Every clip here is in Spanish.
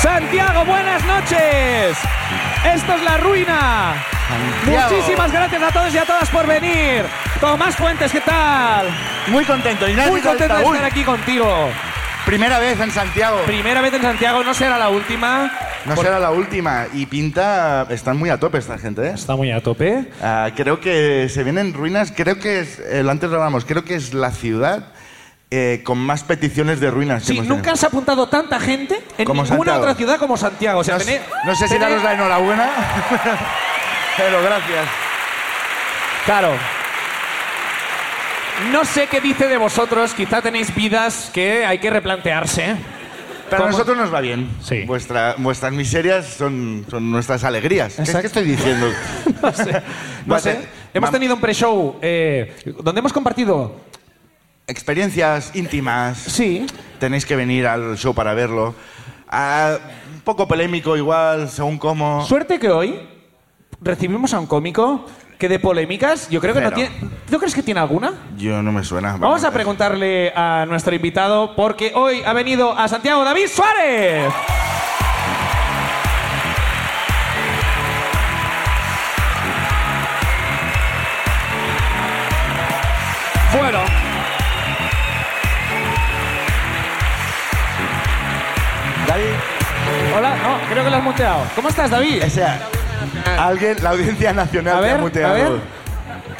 Santiago, buenas noches. Esto es La Ruina. Santiago. Muchísimas gracias a todos y a todas por venir. Tomás Fuentes, ¿qué tal? Muy contento, Ignacio Muy contento de Caltabull. estar aquí contigo. Primera vez en Santiago. Primera vez en Santiago, no será la última. No será la última. Y pinta. Están muy a tope esta gente, ¿eh? Está muy a tope. Ah, creo que se vienen ruinas. Creo que es. eh, lo antes lo hablamos. Creo que es la ciudad eh, con más peticiones de ruinas. que Sí, hemos nunca has apuntado tanta gente en Como ninguna Santiago. otra ciudad como Santiago. O sea, tenido. No, sé- tenéis- no sé si tenéis- daros la enhorabuena. Pero gracias. Claro. No sé qué dice de vosotros, quizá tenéis vidas que hay que replantearse. Pero ¿Cómo? a nosotros nos va bien. Sí. Vuestra- vuestras miserias son, son nuestras alegrías. ¿Qué es Exacto. que estoy diciendo? No sé. No Va a sé. ser- Hemos vam- tenido un pre-show eh, donde hemos compartido. Experiencias íntimas. Sí. Tenéis que venir al show para verlo. Ah, un poco polémico igual, según cómo. Oh. Suerte que hoy recibimos a un cómico que de polémicas, yo creo que no Cero. tiene. ¿Tú crees que tiene alguna? Yo no me suena. Vamos a preguntarle a nuestro invitado porque hoy ha venido a Santiago David Suárez. Bueno. David, Hola, no, creo que lo has muteado. ¿Cómo estás, David? o sea, alguien, la audiencia nacional A te ha ver, muteado. a ver.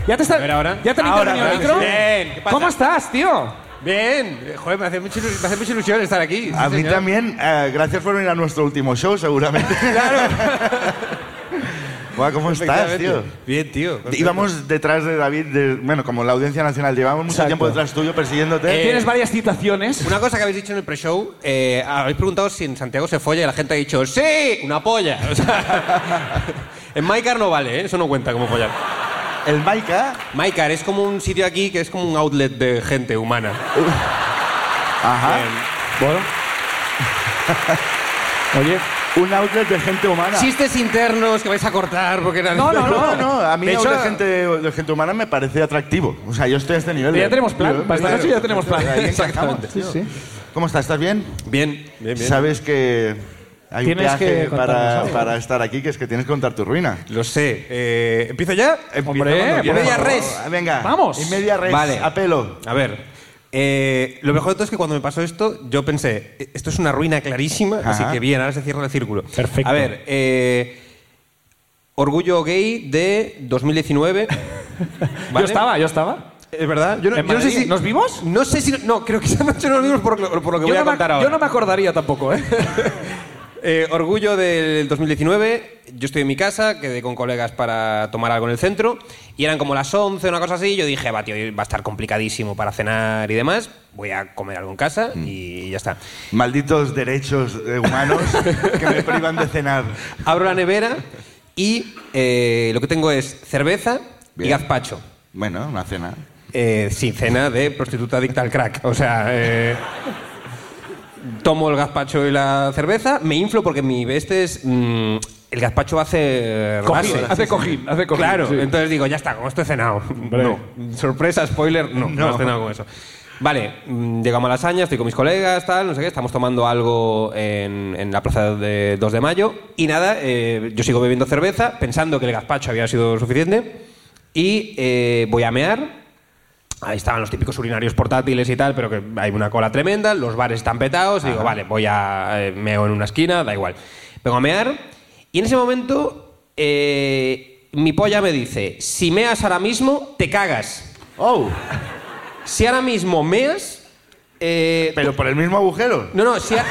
¿Ya te está, ¿Ya te han Ahora, intervenido el claro que micro? sí. Bien, ¿qué pasa? ¿Cómo estás, tío? Bien, eh, joder, me hace mucha ilusión, me hace mucha ilusión estar aquí. sí, A mí señor. también, eh, gracias por venir a nuestro último show, seguramente. Claro. Buah, ¿cómo estás, tío? Efectivamente. Bien, tío. contento. Íbamos detrás de David, de- bueno, como la audiencia nacional, llevamos mucho Exacto. tiempo detrás tuyo persiguiéndote. Eh, Tienes varias citaciones. Una cosa que habéis dicho en el pre-show, eh, habéis preguntado si en Santiago se folla y la gente ha dicho ¡Sí! ¡Una polla! O sea, en Mycar no vale, ¿eh? eso no cuenta como follar. El Maika. Mycar es como un sitio aquí que es como un outlet de gente humana. Ajá. Bueno. Oye. Un outlet de gente humana. Chistes internos que vais a cortar porque... nadie- No, no, No, no, a mí De de, hecho- de, gente, de gente humana me parece atractivo. O sea, yo estoy a este nivel. Ya de- tenemos plan. Yo- Para esta claro. noche ya tenemos plan. Ahí Exactamente. encajamos, tío. ¿Cómo estás? ¿Estás bien? Bien, bien, bien. Sabes que hay un Tienes peaje que contarnos para, algo. para estar aquí, que es que tienes que contar tu ruina. Lo sé. Eh, ¿Empiezo ya? Empieza Hombre, cuando por quieras. media res. Venga. Vamos. Y media res. Vale. A pelo. A ver, eh, lo mejor de todo es que cuando me pasó esto, yo pensé, "E- esto es una ruina clarísima, Ajá. así que bien, ahora se cierra el círculo. Perfecto. A ver, eh, Orgullo Gay de 2019. Yo ¿vale? estaba, yo estaba. Es verdad. Yo no, ¿En yo no sé Madrid? si, ¿Nos vimos? No sé si. No, creo que esa noche nos vimos por, lo- por lo que yo, voy a no me, contar ahora. yo no me acordaría tampoco, ¿eh? Eh, orgullo del 2019, yo estoy en mi casa, quedé con colegas para tomar algo en el centro y eran como las 11, una cosa así, y yo dije, va, tío, va a estar complicadísimo para cenar y demás, voy a comer algo en casa y ya está. Malditos derechos eh, humanos que me privan de cenar. Abro la nevera y eh, lo que tengo es cerveza y Bien. gazpacho. Bueno, una cena. Eh, sin cena de prostituta adicta al crack. O sea, eh, tomo el gazpacho y la cerveza, me inflo porque mi este es... mm, el gazpacho hace... Cojín, base. hace cojín, hace cojín. Claro, sí. entonces digo, ya está, como esto he cenado. No. Sorpresa, spoiler, no, no, has cenado con eso. Vale, mm, llegamos a la hazaña, estoy con mis colegas, tal, no sé qué, estamos tomando algo en, en la plaza de 2 de mayo y nada, eh, yo sigo bebiendo cerveza pensando que el gazpacho había sido suficiente y eh, voy a mear. Ahí estaban los típicos urinarios portátiles y tal, pero que hay una cola tremenda, los bares están petados, digo, vale, voy a eh, meo en una esquina, da igual. Vengo a mear y en ese momento eh, mi polla me dice, si meas ahora mismo, te cagas. Oh, Si ahora mismo meas... eh, pero por el mismo agujero. no, no, si... a-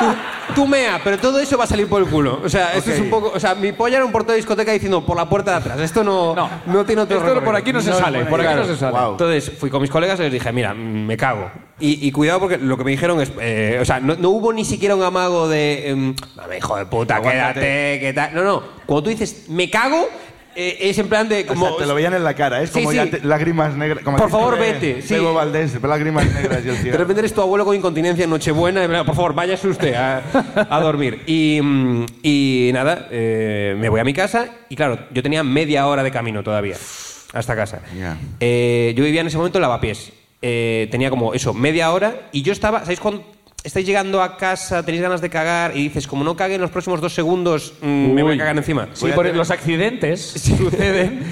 tú, tú mea, pero todo eso va a salir por el culo. O sea, esto Ok. es un poco... O sea, mi polla era un portero de discoteca diciendo, por la puerta de atrás, esto no, No. no. tiene otro Esto por recorrido". aquí no se sale, por aquí no se sale. Guau. Entonces fui con mis colegas y les dije, mira, mm, me cago. Y, y cuidado porque lo que me dijeron es, eh, o sea, no, no hubo ni siquiera un amago de, em, "Dame, hijo de puta, Aguántate". quédate, qué tal. No, no, cuando tú dices, me cago, eh, es en plan de O como... sea, te lo veían en la cara, es Sí, como sí. ya te- lágrimas negras. Como Por el tío favor, de- vete, sí. Bebo Valdés, lágrimas negras y el de cigarro. repente eres tu abuelo con incontinencia en Nochebuena, y, "Mira, por favor, váyase usted a, a dormir. Y, mm, y nada, eh, me voy a mi casa y claro, yo tenía media hora de camino todavía hasta casa. Ya. Eh, yo vivía en ese momento en Lavapiés. Eh, tenía como eso, media hora y yo estaba, ¿sabéis cuándo? estáis llegando a casa, tenéis ganas de cagar y dices, como no cague en los próximos dos segundos, mm, me voy a Uy. cagar encima. Sí, Voy a porque tener- los accidentes suceden.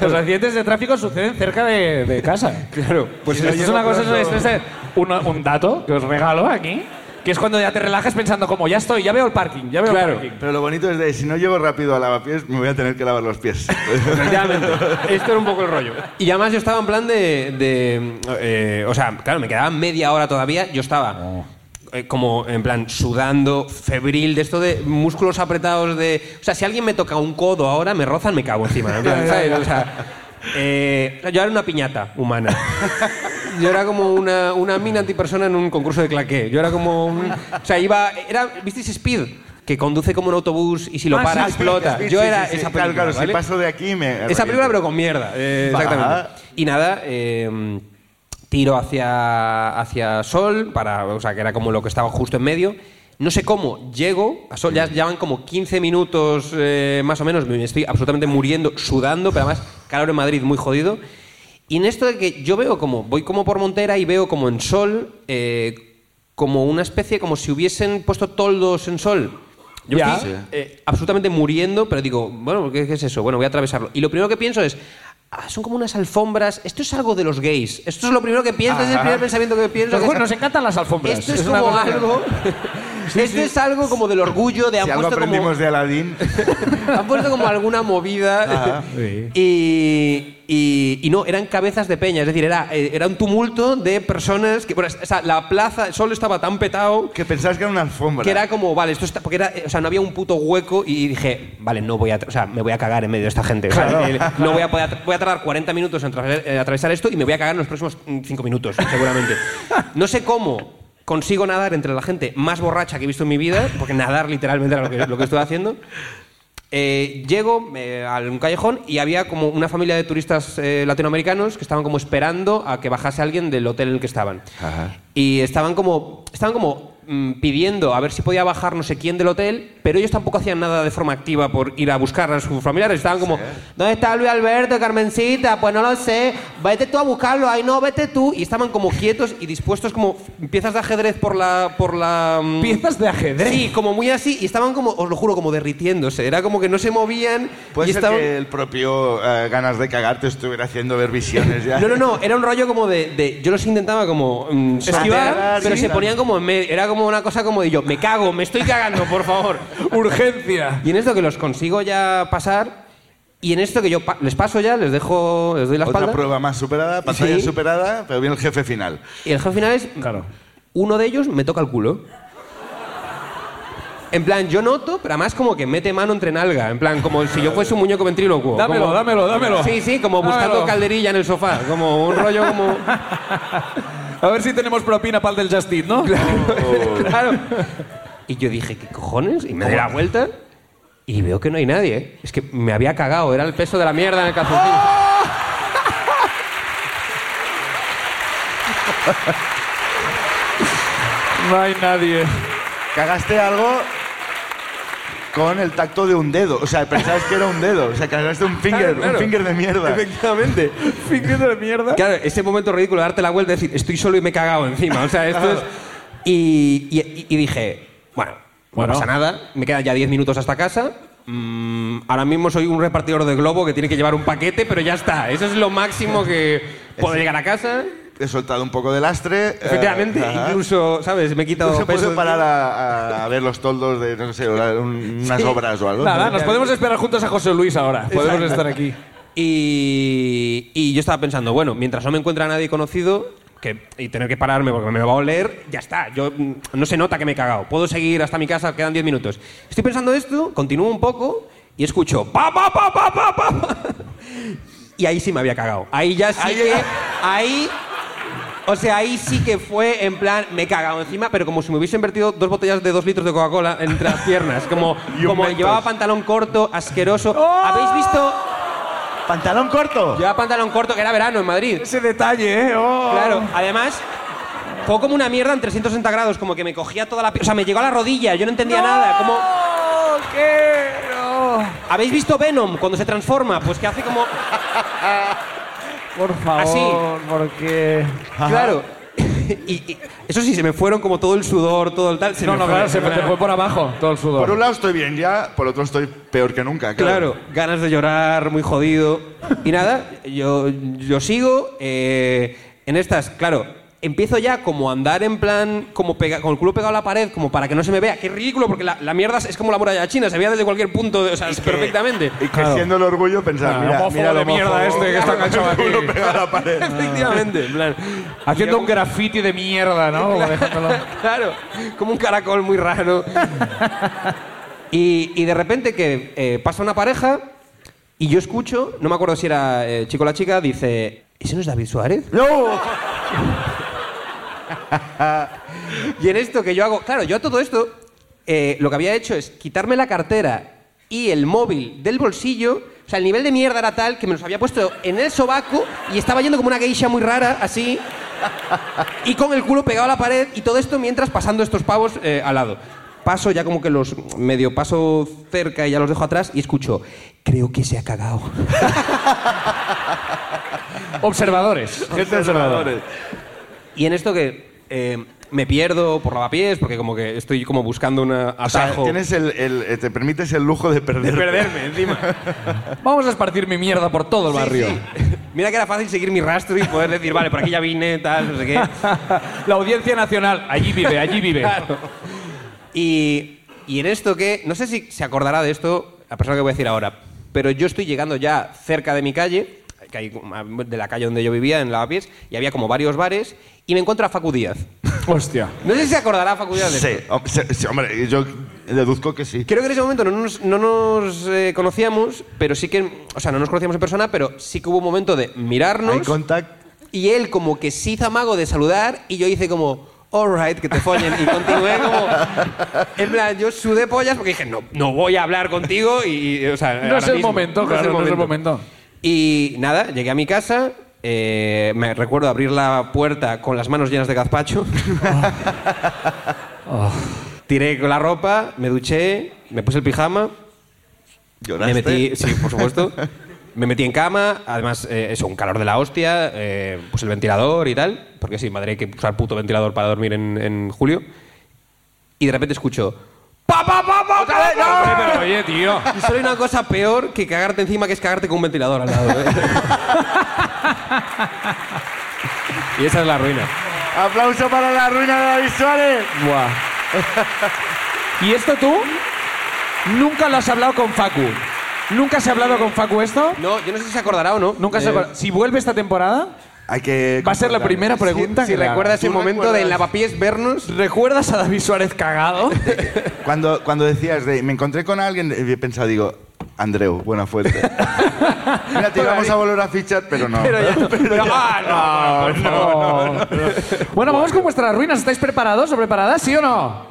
Los accidentes de tráfico suceden cerca de, de casa. Claro, pues Esto yo es una no cosa, conozco- esto es una- un dato que os regalo aquí, que es cuando ya te relajas pensando como ya estoy, ya veo el parking, ya veo Claro. el parking. Pero lo bonito es de si no llego rápido a lavapiés, me voy a tener que lavar los pies. Efectivamente. Esto era un poco el rollo. Y además yo estaba en plan de... de, eh, o sea, claro, me quedaba media hora todavía. Yo estaba Oh. eh, como en plan sudando, febril, de esto de músculos apretados de... O sea, si alguien me toca un codo ahora, me rozan, me cago encima. en plan, ¿sabes? O sea, eh, yo era una piñata humana. Yo era como una, una mina antipersona en un concurso de claqué. Yo era como un... O sea, iba... Era, ¿Visteis Speed? Que conduce como un autobús y si lo Ah, para sí, sí, explota. Sí, yo sí, era sí, sí. esa Claro, película, claro, ¿vale? si paso de aquí me. Esa película, pero con mierda. eh, Va. exactamente. Y nada, eh, tiro hacia, hacia Sol, para, o sea, que era como lo que estaba justo en medio. No sé cómo, llego a Sol, ya llevan como 15 minutos eh, más o menos, me estoy absolutamente muriendo, sudando, pero además calor en Madrid muy jodido. Y en esto de que yo veo como, voy como por Montera y veo como en Sol, eh, como una especie, como si hubiesen puesto toldos en Sol. Yo Ya. estoy, eh, absolutamente muriendo, pero digo, bueno, ¿qué, qué es eso? Bueno, voy a atravesarlo. Y lo primero que pienso es, ah, son como unas alfombras, esto es algo de los gays. Esto es lo primero que pienso, es el Ajá. primer pensamiento que pienso. Nos, que es- nos encantan las alfombras. esto es, una como cosa que- algo... esto es algo como del orgullo de han Si algo puesto como- aprendimos de Aladdin. han puesto como alguna movida. Y, y- y no, eran cabezas de peña. Es decir, era, eh, era un tumulto de personas que. bueno, o sea, la plaza, el sol estaba tan petado Que pensabas que era una alfombra. que era como, vale, esto está. Porque era, eh, o sea, no había un puto hueco y dije, vale, no voy a. tra- O sea, me voy a cagar en medio de esta gente. O sea, eh, no voy a poder. Voy a tardar 40 minutos en atravesar, eh, atravesar esto y me voy a cagar en los próximos 5 minutos, seguramente. No sé cómo. Consigo nadar entre la gente más borracha que he visto en mi vida, porque nadar literalmente era lo que, lo que estuve haciendo. Eh, llego eh, a un callejón y había como una familia de turistas eh, latinoamericanos que estaban como esperando a que bajase alguien del hotel en el que estaban. Ajá. Y estaban como, estaban como mm, pidiendo a ver si podía bajar no sé quién del hotel, pero ellos tampoco hacían nada de forma activa por ir a buscar a sus familiares. Estaban como, ¿dónde está Luis Alberto, Carmencita? Pues no lo sé, vete tú a buscarlo, ahí no, vete tú. Y estaban como quietos y dispuestos como piezas de ajedrez por la... Por la mm, Piezas de ajedrez. Sí, como muy así, y estaban como, os lo juro, como derritiéndose. Era como que no se movían. Puede y ser estaban... que el propio eh, ganas de cagar te estuviera haciendo ver visiones ya. No, no, no, era un rollo como de. de- yo los intentaba como mm, esquivar, Sortear, pero sí. se ponían como en medio. Era como una cosa como de yo, me cago, me estoy cagando, por favor. Urgencia. Y en esto que los consigo ya pasar, y en esto que yo pa- les paso ya, les dejo, les doy la Otra espalda. prueba más superada, pantalla Sí. superada, pero viene el jefe final. Y el jefe final es. Claro. Uno de ellos me toca el culo. En plan, yo noto, pero además como que mete mano entre nalga. En plan, como si yo fuese un muñeco ventrílocuo. Dámelo, como- dámelo, dámelo. Sí, sí, como buscando Dámelo. calderilla en el sofá. Como un rollo como. A ver si tenemos propina para el del Justin, ¿no? claro. Y yo dije, ¿qué cojones? Y me di la vuelta y veo que no hay nadie. ¿eh? Es que me había cagado, era el peso de la mierda en el calzoncillo. ¡Ah! No hay nadie. Cagaste algo con el tacto de un dedo. O sea, pensabas que era un dedo. O sea, cagaste un finger, Claro, claro. un finger de mierda. Efectivamente. Finger de mierda. Claro, ese momento ridículo de darte la vuelta y decir, estoy solo y me he cagado encima. O sea, esto es. Y, y- y dije, bueno, Bueno. no pasa nada, me quedan ya 10 minutos hasta casa. Mm, ahora mismo soy un repartidor de globo que tiene que llevar un paquete, pero ya está. Eso es lo máximo que puedo llegar a casa. He soltado un poco de lastre. eh, Efectivamente, ajá. incluso, ¿sabes? Me he quitado. Incluso puedes peso parar a, a- a ver los toldos de, no sé, la- un- unas Sí. obras o algo. Nada, nos podemos esperar juntos a José Luis ahora. Podemos estar aquí. Y, y yo estaba pensando, bueno, mientras no me encuentra nadie conocido que, y tener que pararme porque me va a oler, ya está. Yo mm, no se nota que me he cagado. Puedo seguir hasta mi casa, quedan 10 minutos. Estoy pensando esto, continúo un poco y escucho pa pa pa pa pa pa. pa. Y ahí sí me había cagado. Ahí ya sí Ahí que ya- ahí o sea, ahí sí que fue en plan, me he cagado encima, pero como si me hubiesen vertido dos botellas de dos litros de Coca-Cola entre las piernas. Como, Y un como Mentos. llevaba pantalón corto, asqueroso. ¿Habéis visto ¿Pantalón corto? Llevaba pantalón corto, que era verano en Madrid. Ese detalle, ¿eh? Oh. Claro, además, fue como una mierda en 360 grados, como que me cogía toda la piel. O sea, me llegó a la rodilla, yo no entendía nada. Como, ¡No! ¿Qué? No. ¿Habéis visto Venom cuando se transforma? Pues que hace como. Por favor, Así. porque. Claro. Y, y- eso sí, se me fueron como todo el sudor, todo el tal. se No, me no, fue. claro, se fue- te fue por abajo todo el sudor. Por un lado estoy bien ya, por otro estoy peor que nunca. Claro. Claro, ganas de llorar, muy jodido. Y nada, yo, yo sigo. eh, en estas, claro, empiezo ya como a andar en plan, como pega- con el culo pegado a la pared, como para que no se me vea. Qué ridículo, porque la, la mierda es como la muralla china, se veía desde cualquier punto, de- o sea, perfectamente. Y que siendo el orgullo pensar, Claro, mira, homófobo mira lo de mierda homófobo. este que está enganchado aquí. Uno pega a la pared. Efectivamente, en plan. Haciendo un graffiti de mierda, ¿no? Como dejándolo- claro, como un caracol muy raro. Y, y de repente que eh, pasa una pareja y yo escucho, no me acuerdo si era eh, chico o la chica, dice, ¿ese no es David Suárez? ¡No! Y en esto que yo hago, claro, yo a todo esto eh, lo que había hecho es quitarme la cartera y el móvil del bolsillo. O sea, el nivel de mierda era tal que me los había puesto en el sobaco y estaba yendo como una geisha muy rara, así, y con el culo pegado a la pared y todo esto mientras pasando estos pavos eh, al lado. Paso ya como que los medio paso cerca y ya los dejo atrás y escucho, creo que se ha cagado. Observadores. Gente observadora. Y en esto que eh, me pierdo por lavapiés porque como que estoy como buscando un O sea, atajo. tienes el, el- eh, te permites el lujo de perder. perderme encima. Vamos a esparcir mi mierda por todo el barrio. Mira que era fácil seguir mi rastro y poder decir, vale, por aquí ya vine, tal, no sé qué. La audiencia nacional, allí vive, allí vive. Claro. Y, y en esto que, no sé si se acordará de esto la persona que voy a decir ahora, pero yo estoy llegando ya cerca de mi calle, que hay como- de la calle donde yo vivía, en Lavapiés, y había como varios bares, y me encuentro a Facu Díaz. Hostia. No sé si se acordará Facu Díaz de Sí, esto. hom- oh, sí, sí, hombre, yo deduzco que sí. Creo que en ese momento no nos, no nos, eh, conocíamos, pero sí que, o sea, no nos conocíamos en persona, pero sí que hubo un momento de mirarnos. Hay contact. Y él como que se hizo amago de saludar y yo hice como, alright, que te follen. Y continué como... En plan, yo sudé pollas porque dije, no, no voy a hablar contigo y, y, o sea, No es Eh, ahora el mismo. momento, claro, no es el momento. Y nada, llegué a mi casa, eh, me recuerdo abrir la puerta con las manos llenas de gazpacho. Tiré con la ropa, me duché, me puse el pijama ¿Lloraste? me metí, sí, por supuesto. me metí en cama, además, eh, eso, un calor de la hostia, eh, puse el ventilador y tal, porque sí, madre, hay que usar puto ventilador para dormir en, en julio. Y de repente escucho. ¡Pa, pa, pa, pa, pa, pa! Hombre, pero oye, tío. Y solo hay una cosa peor que cagarte encima, que es cagarte con un ventilador al lado. ¿eh? y esa es la ruina. ¡Aplauso para la ruina de David Suárez! Buah. ¿Y esto tú? Nunca lo has hablado con Facu. ¿Nunca se ha hablado con Facu esto? No, yo no sé si se acordará o no. Nunca se Eh, acuerda- Si vuelve esta temporada, Hay que. va a ser la primera pregunta Si que le recuerdas hagas. ese ¿Tú momento de recuerdas? lavapiés vernos. ¿Recuerdas a David Suárez cagado? Cuando, cuando decías de me encontré con alguien, eh, he pensado, digo, Andreu, buena fuente. Mira, te íbamos a volver a fichar, pero no. ¡Ah, no! No. Bueno, vamos con vuestras ruinas. ¿Estáis preparados o preparadas, sí o no?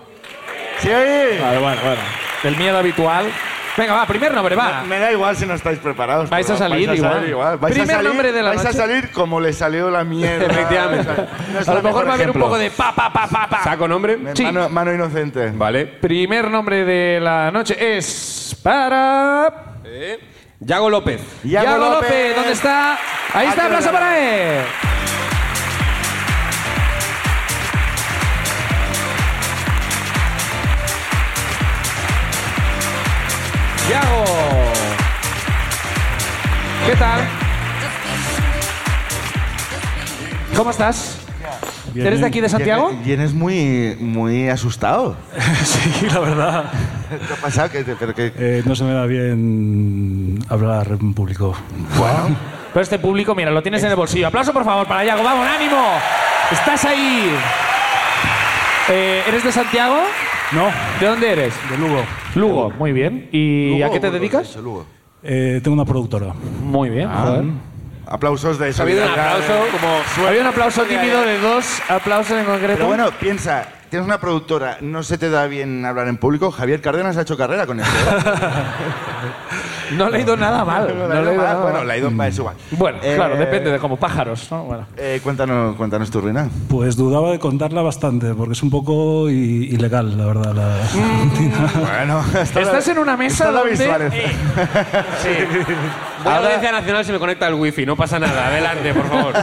¡Sí! Vale, bueno, bueno. Del miedo habitual. Venga, va, primer nombre, va. Me da igual si no estáis preparados. Ah. Vais a pero salir igual. Vais Primer a salir, nombre de la vais noche. a salir como le salió la mierda. Efectivamente. O sea, Ah, no es A lo el mejor va a haber un ejemplo. poco de pa, pa, pa, pa, pa. ¿Saco nombre? Sí. Mano, mano inocente. Vale. Primer nombre de la noche es para Yago López. Iago Iago López. López. ¿Dónde está? Ahí está, Aquí lo aplauso tenemos. para él. Yago. ¿Qué tal? ¿Cómo estás? ¿Eres de aquí de Santiago? Y eres muy, muy asustado. Sí, la verdad. ¿Qué ha pasado? ¿Qué te- pero qué- Eh, no se me da bien hablar en público. Bueno, Pero este público, mira, lo tienes en el bolsillo. Aplauso, por favor, para Yago. Vamos, ánimo. Estás ahí. Eh, ¿Eres de Santiago? No, ¿De dónde eres? de Lugo. Lugo, muy bien. ¿Y a qué te dedicas? Lugo. Eh, tengo una productora. Muy bien. joder. Aplausos de eso. habido un aplauso como Había un aplauso tímido de dos aplausos en concreto. Pero bueno, piensa, tienes una productora, no se te da bien hablar en público. Javier Cárdenas ha hecho carrera con esto. ¿eh? no le he ido nada mal. no No le ha le ido he ido mal. nada Bueno, mal. la ha ido mal, es igual. Bueno, Eh, claro, depende de cómo pájaros. ¿no? Bueno. eh, cuéntanos, cuéntanos tu ruina. Pues dudaba de contarla bastante, porque es un poco i- ilegal, la verdad. Mm. La... Bueno, Estás en una mesa está David donde- Eh. Suárez. Voy a Audiencia Nacional se me conecta el wifi, no pasa nada. Adelante, por favor.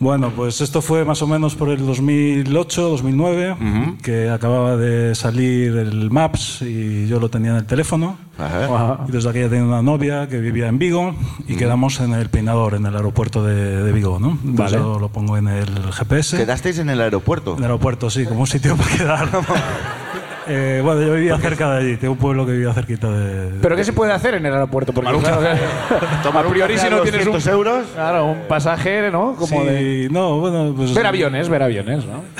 Bueno, pues esto fue más o menos por el 2008, 2009, que acababa de salir el Maps y yo lo tenía en el teléfono. Ajá. Ajá. Y desde aquella tenía una novia que vivía en Vigo y quedamos en el Peinador, en el aeropuerto de, de Vigo, ¿no? Vale. Entonces Yo lo pongo en el GPS. Quedasteis en el aeropuerto. En el aeropuerto, sí, como un sitio para quedar. Eh, bueno, yo vivía cerca de allí, tengo un pueblo que vivía cerquita de... ¿Pero qué se puede hacer en el aeropuerto? Porque, claro, Tomar a priori, si no tienes un, 200 euros. claro, un pasaje, ¿no? Como Sí, de... No, bueno, pues... Ver aviones, ver aviones, ¿no?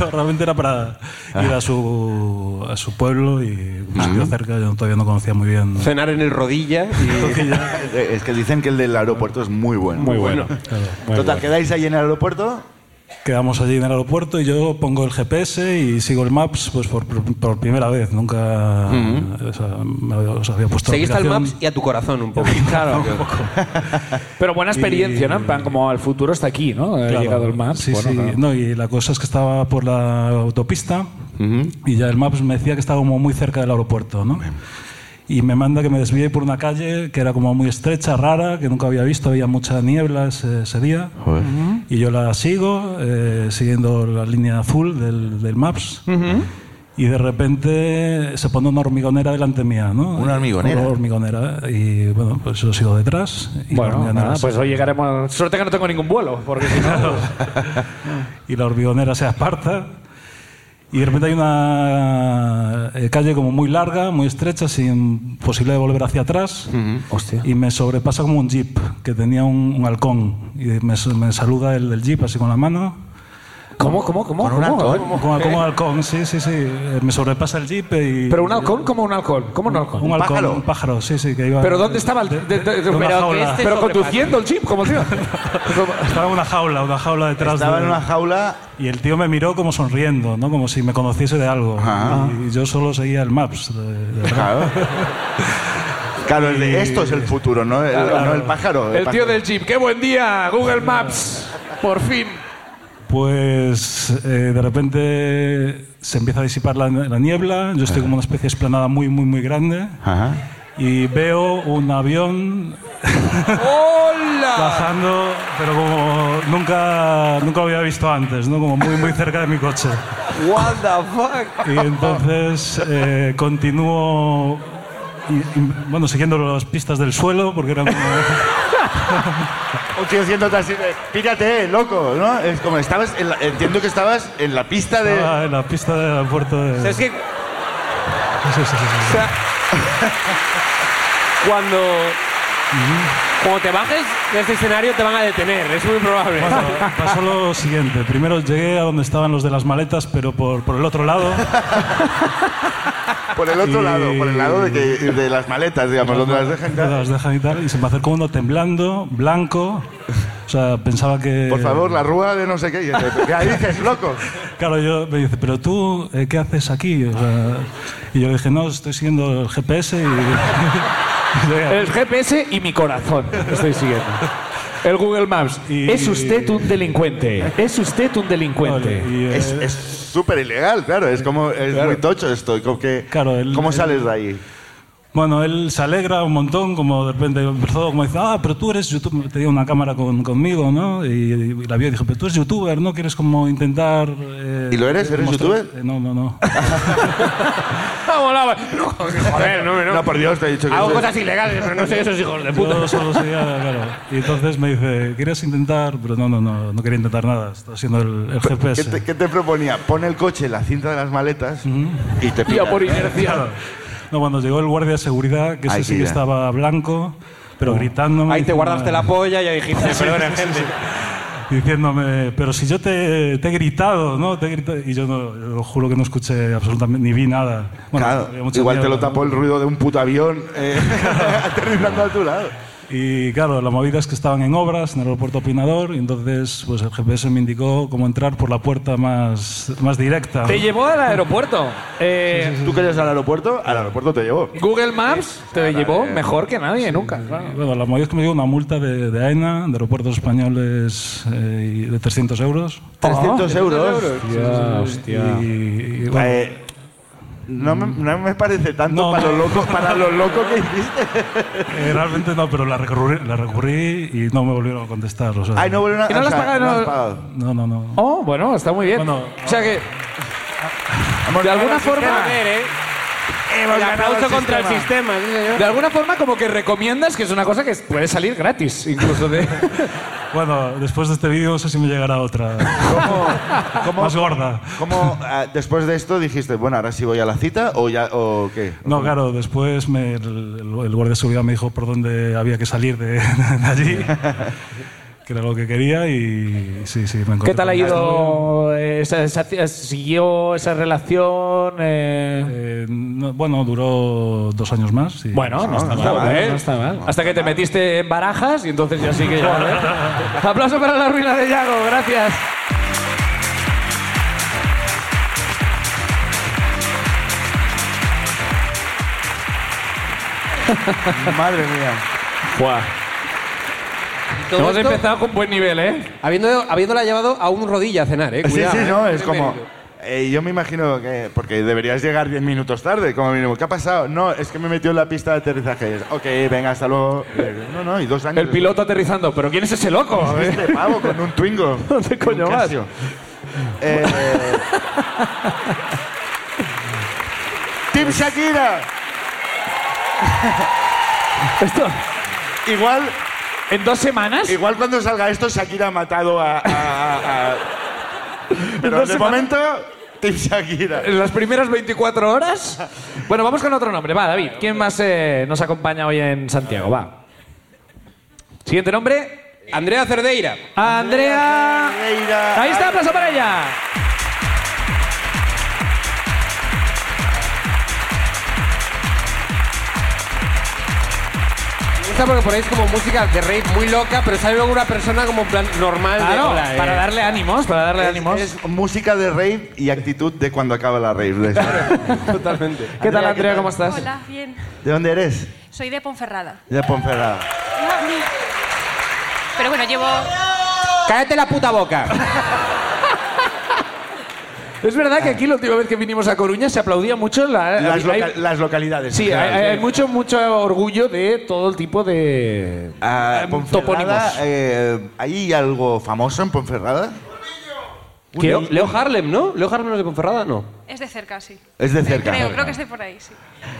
No, realmente era para ir Ah. a su, a su pueblo y un sitio cerca, yo todavía no conocía muy bien. Cenar en el rodilla y... Es que dicen que el del aeropuerto es muy bueno. bueno. Claro. Total, quedáis ahí en el aeropuerto. Quedamos allí en el aeropuerto y yo pongo el GPS y sigo el Maps pues por, por primera vez. Nunca o sea, me había- os había puesto la Seguiste al aplicación. Maps y a tu corazón un poco. Claro. Pero buena experiencia, ¿no? En plan, como el futuro está aquí, ¿no? Ha Claro. llegado el Maps. Sí, bueno, sí. claro. No, y la cosa es que estaba por la autopista y ya el Maps me decía que estaba como muy cerca del aeropuerto, ¿no? Y me manda que me desvíe por una calle que era como muy estrecha, rara, que nunca había visto, había mucha niebla ese, ese día. Y yo la sigo, eh, siguiendo la línea azul del, del Maps. Y de repente se pone una hormigonera delante mía, ¿no? Eh, Una hormigonera. Una hormigonera. Y bueno, pues yo sigo detrás. y la Bueno, hormigonera nada, se- pues hoy llegaremos. Suerte que no tengo ningún vuelo, porque si no. y la hormigonera se aparta. Y de repente hay una eh, calle como muy larga, muy estrecha, sin posibilidad de volver hacia atrás. Y me sobrepasa como un jeep, que tenía un, un halcón. Y me, s- me saluda el del jeep así con la mano. ¿Cómo, cómo, cómo? Con un ¿Cómo? halcón. Como, como un halcón, sí, sí, sí. Eh, Me sobrepasa el jeep eh, y... ¿Pero un halcón? ¿Cómo un halcón? ¿Cómo un halcón? Un halcón, pájaro? un pájaro, sí, sí. Que iba ¿Pero dónde estaba el.? de- de- de- una pero jaula. que este pero conduciendo el chip, como tío. Estaba en una jaula, una jaula detrás Estaba en de- una jaula. Y el tío me miró como sonriendo, ¿no? Como si me conociese de algo. Ajá. Y yo solo seguía el Maps. de- de- Claro. Claro, el de- esto es el futuro, ¿no? El, no el pájaro. El tío pájaro. del chip. ¡Qué buen día! Google Maps. Por fin. Pues eh, de repente se empieza a disipar la, la niebla, yo estoy como una especie de esplanada muy, muy, muy grande Ajá. y veo un avión ¡Hola! bajando, pero como nunca, nunca lo había visto antes, ¿no? Como muy, muy cerca de mi coche. What the fuck? Y entonces eh, continúo, y- y, bueno, siguiendo las pistas del suelo, porque eran como... Un tío siendo así de, pírate, eh, loco, ¿no? Es como, estabas, en la- entiendo que estabas en la pista de... Estaba en la pista del aeropuerto de... O sea, es que Sí, sí, sí, sí. O sea, cuando, cuando te bajes de este escenario te van a detener, es muy probable. Bueno, pasó lo siguiente. Primero llegué a donde estaban los de las maletas, pero por, por el otro lado. Por el otro Y- lado, por el lado de, que, de las maletas, digamos, donde las dejan. donde las dejan y tal. Y se me acercó uno temblando, blanco. O sea, pensaba que... Por favor, la rúa de no sé qué. Y dices, ¿Qué dices, loco? Claro, yo me dice, pero tú, eh, ¿qué haces aquí? O sea, y yo le dije, no, estoy siguiendo el GPS y... y llegué. El GPS y mi corazón. Estoy siguiendo. El Google Maps. Y- Es usted un delincuente. Es usted un delincuente. Y, eh, Es es súper ilegal, claro. Es como, es muy tocho esto. como que- Claro, el- ¿Cómo el- sales de ahí? Bueno, él se alegra un montón, como de repente empezó como dice, ah, pero tú eres youtuber, tenía una cámara con- conmigo, ¿no? Y, y la vio y dijo, pero tú eres youtuber, ¿no? Quieres como intentar... eh, ¿Y lo eres? ¿Eres demostrar-" youtuber? Eh, no, no, no. Vamos, la- No, joder, no, no. No, por Dios, te he dicho que... Hago soy- cosas ilegales, pero no soy esos hijos de puta. Yo solo seguía, claro. Y entonces me dice, ¿quieres intentar? Pero no, no, no, no quería intentar nada, estaba haciendo el, el ¿Qué GPS. te, qué te proponía? Pon el coche en la cinta de las maletas y te Tío, pilla. por inercia. No, cuando llegó el guardia de seguridad, que ese Ahí Oh. sí que ya. estaba blanco, pero gritándome... Ahí te diciéndome- guardaste la polla y ahí dijiste, perdona, gente. diciéndome, pero si yo te, te he gritado, ¿no? Te he gritado. Y yo, no, yo juro que no escuché absolutamente, ni vi nada. Bueno, Claro, había mucha igual te niebla, lo tapó ¿no? el ruido de un puto avión eh, aterrizando a tu lado. Y claro, la movida es que estaban en obras en el aeropuerto Pinador, y entonces pues el GPS me indicó cómo entrar por la puerta más, más directa. Te llevó al aeropuerto. Eh, ¿Tú querías al aeropuerto? Al aeropuerto te llevó. Google Maps te llevó mejor que nadie nunca. claro. Bueno, la movida es que me dio una multa de, de AENA, de aeropuertos españoles, eh, y de 300 euros. Eh, Ah, 300 euros. Y, y, bueno, Eh, No me, no me parece tanto No, para, no. Lo loco, para lo loco que hiciste. Eh, realmente no, pero la recurrí, la recurrí y no me volvieron a contestar. o sea, Ay, no vuelvo a- ¿Y no o lo has sea, pagado? no lo has pagado. No, no, no. Oh, bueno, está muy bien. Bueno, o sea que, Hemos de alguna ganado el forma, eh, sistema. Hemos El ganado aplauso contra el sistema. sistema, sí, señor. de alguna forma como que recomiendas que es una cosa que puede salir gratis, incluso de... Bueno, después de este vídeo no sé si me llegará otra ¿Cómo, más gorda. cómo, ah, después de esto dijiste, bueno, ahora sí voy a la cita o ya o qué? No, claro, después me- el, el guardia de seguridad me dijo por dónde había que salir de, de allí, que era lo que quería y sí, sí, me encontré. ¿Qué tal ha con- ido? eh, esa- esa- ¿Siguió esa relación? eh? Eh, no, bueno, duró dos años más. y- Bueno, no está no está mal. mal, ¿eh? ¿eh? No está mal. Hasta que te metiste en barajas y entonces ya sí que ya. ¿eh? Aplauso para la ruina de Yago, gracias. Madre mía. Todo Hemos esto empezado con buen nivel, ¿eh? habiendo- habiéndola llevado a un rodilla a cenar, ¿eh? Cuidado, sí, sí, ¿eh? no, es Qué como... mérito. eh, yo me imagino que... Porque deberías llegar 10 minutos tarde, como mínimo. ¿Qué ha pasado? No, es que me metió en la pista de aterrizaje. Ok, venga, hasta luego. Eh, No, no, y dos años. El piloto aterrizando, pero ¿quién es ese loco? eh? Este pavo con un Twingo. ¿Dónde coño Un vas? Casio. Eh, ¡Team Shakira! Esto, Igual, ¿En dos semanas? igual cuando salga esto, Shakira ha matado a... a- a- Pero Dos de semanas. momento, Team Shakira. ¿En las primeras 24 horas? Bueno, vamos con otro nombre. Va, David, ¿quién más eh, nos acompaña hoy en Santiago? Va. Siguiente nombre, Andrea Cerdeira. Andrea. Ferreira. Ahí está, aplauso para ella. Me gusta porque ponéis como música de rave muy loca, pero sale luego una persona como en plan normal de Claro, hola, eh. Ah, para darle ánimos, para darle ánimos. Es, es música de rave y actitud de cuando acaba la rave. De- Totalmente. ¿Qué tal, Andrea, Andrea? ¿qué ¿Cómo tal? estás? Hola, bien. ¿De dónde eres? Soy de Ponferrada. De Ponferrada. Pero bueno, llevo. Cállate la puta boca. Es verdad que aquí la última vez que vinimos a Coruña se aplaudía mucho la... Las, Eh, hay- loca- las localidades. Sí, hay, hay mucho, mucho orgullo de todo el tipo de Ah, eh, Ponferrada, eh, ¿Hay algo famoso en Ponferrada? ¿Qué? Leo, Leo Harlem, ¿no? Leo Harlem no es de Ponferrada, no. Es de cerca, sí. Es de cerca. Creo, creo que es de por ahí, sí.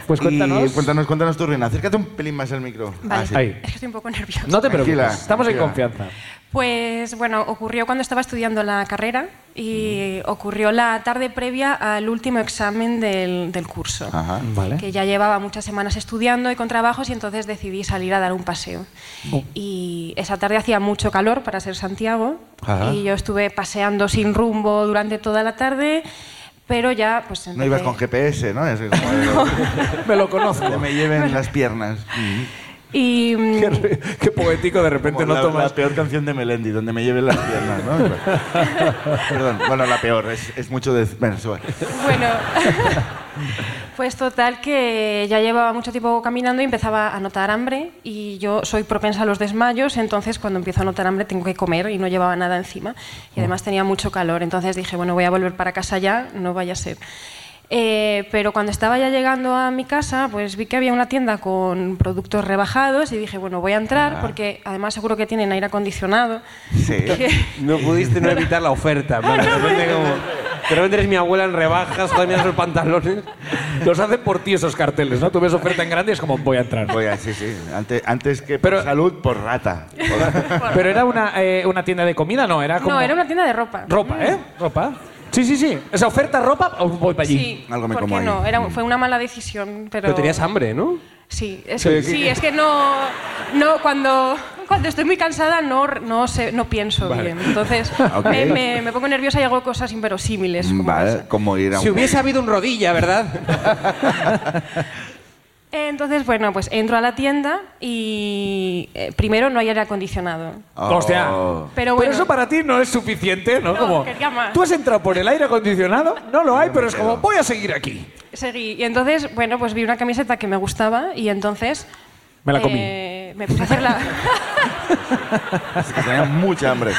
Pues Y cuéntanos. cuéntanos, cuéntanos tu ruina. Acércate un pelín más al micro. Vale. Ah, sí. Ahí. Es que estoy un poco nerviosa. No te preocupes, Tranquila, estamos en tranquila. confianza. Pues bueno, ocurrió cuando estaba estudiando la carrera y ocurrió la tarde previa al último examen del, del curso. Ajá. Ah, Vale. que ya llevaba muchas semanas estudiando y con trabajos y entonces decidí salir a dar un paseo. Oh. Y esa tarde hacía mucho calor para ser Santiago Ah. Ajá. y yo estuve paseando sin rumbo durante toda la tarde, pero ya pues No ibas empecé- con GPS, ¿no? Es como de- Me lo conozco. que me lleven las piernas. y mm, qué, qué poético de repente no Como la, tomas. la peor canción de Melendi, donde me lleven las piernas, ¿no? Perdón, bueno, la peor, es, es mucho de... Bueno, sube. bueno, pues total que ya llevaba mucho tiempo caminando y empezaba a notar hambre y yo soy propensa a los desmayos, entonces cuando empiezo a notar hambre tengo que comer y no llevaba nada encima y además tenía mucho calor, entonces dije, bueno, voy a volver para casa ya, no vaya a ser. Eh, pero cuando estaba ya llegando a mi casa, pues vi que había una tienda con productos rebajados y dije, bueno, voy a entrar porque además seguro que tienen aire acondicionado. Sí. No pudiste no evitar la oferta. en plan, de, repente como, de repente eres mi abuela en rebajas, joder, mira esos pantalones. Los hacen por ti esos carteles, ¿no? Tú ves oferta en grande y es como, voy a entrar. Voy a- sí, sí. Antes, antes que Pero- por salud, por rata. Por- Pero era una, eh, una tienda de comida, ¿no? Era como... No, era una tienda de ropa. Ropa, ¿eh? Ropa. Sí, sí, sí. Esa oferta ropa, o voy para allí. Sí, Algo me ¿por como qué ahí. Mm. no? Era, fue una mala decisión, pero... Pero tenías hambre, ¿no? Sí, es, Sí, sí, que- es que no... no cuando, cuando estoy muy cansada no, no, sé, no pienso bien. Entonces Ok. me, me- me pongo nerviosa y hago cosas inverosímiles. Como Vale, esa. como ir a Si un... hubiese habido un rodilla, ¿verdad? Entonces, bueno, pues entro a la tienda y eh, primero no hay aire acondicionado. Oh. Hostia. Pero bueno. eso para ti no es suficiente, ¿no? No, como, quería más. tú has entrado por el aire acondicionado, no lo hay, pero es como, voy a seguir aquí. Seguí. Y entonces, bueno, pues vi una camiseta que me gustaba y entonces... Me la comí. eh, me puse a hacer la... Tenía mucha hambre.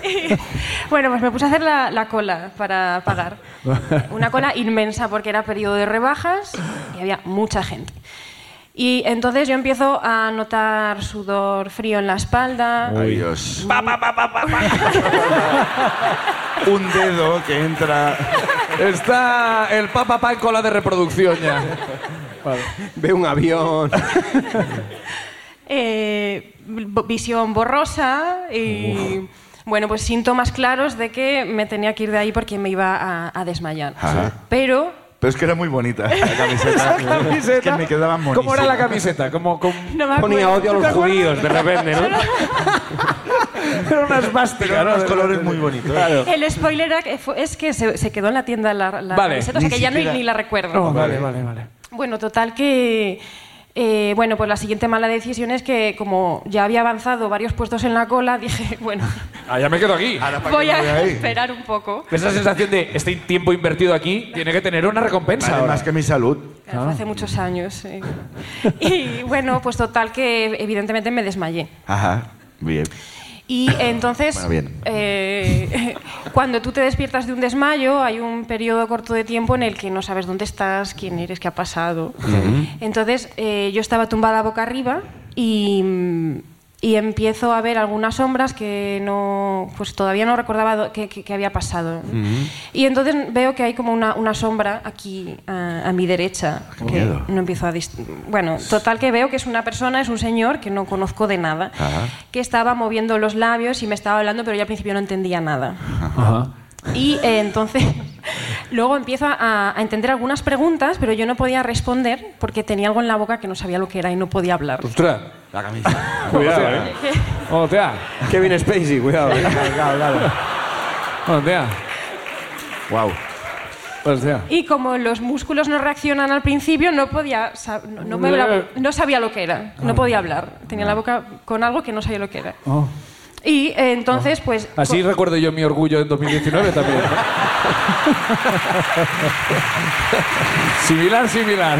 bueno, pues me puse a hacer la, la cola para pagar. Una cola inmensa porque era periodo de rebajas y había mucha gente. Y entonces yo empiezo a notar sudor frío en la espalda. Ay, Dios. Un dedo que entra. Está el Papa Pa en cola de reproducción ya. Ve un avión. Ah. eh, bo- visión borrosa y bueno, pues síntomas claros de que me tenía que ir de ahí porque me iba a, a desmayar. Ajá. Pero Pero es que era muy bonita la camiseta. Es que me quedaban monísimas. ¿Cómo era la camiseta? Como con... no me Ponía odio acuerdo. a los judíos de repente, ¿no? Era una esvástica, Pero ¿no? unos colores muy bonitos. El spoiler era que fue- es que se, se quedó en la tienda la, la Vale, camiseta, o sea ni que ya siquiera- ni, ni la recuerdo. No, vale, vale, vale. Bueno, total que... eh, bueno, pues la siguiente mala decisión es que como ya había avanzado varios puestos en la cola, dije, bueno, Ah, ya me quedo aquí. Ahora, ¿para qué voy me voy a ahí? esperar un poco. Esa sensación de este tiempo invertido aquí tiene que tener una recompensa. Vale ahora. más que mi salud. Claro, fue hace muchos años. eh. Y bueno, pues total que evidentemente me desmayé. Ajá. Bien. Y entonces, Bueno, bien. eh, cuando tú te despiertas de un desmayo, hay un periodo corto de tiempo en el que no sabes dónde estás, quién eres, qué ha pasado. Entonces, eh, yo estaba tumbada boca arriba y, mm, y empiezo a ver algunas sombras que no, pues todavía no recordaba do- que, que- que había pasado. Y entonces veo que hay como una, una sombra aquí a, a mi derecha. que miedo. no empiezo a... dist- Bueno, total que veo que es una persona, es un señor que no conozco de nada, Ajá. que estaba moviendo los labios y me estaba hablando, pero yo al principio no entendía nada. Ajá. Y eh, entonces luego empiezo a, a entender algunas preguntas, pero yo no podía responder porque tenía algo en la boca que no sabía lo que era y no podía hablar. Ostras. La camisa. Cuidado, eh. Hostia. Kevin Spacey, cuidado. ¿eh? Hostia. wow. Hostia. Y como los músculos no reaccionan al principio, no podía, sa- no, no me la- no sabía lo que era, no podía hablar. Tenía la boca con algo que no sabía lo que era. Ah. Oh. Y eh, entonces, pues... Así recuerdo yo mi orgullo en 2019 también. similar, similar.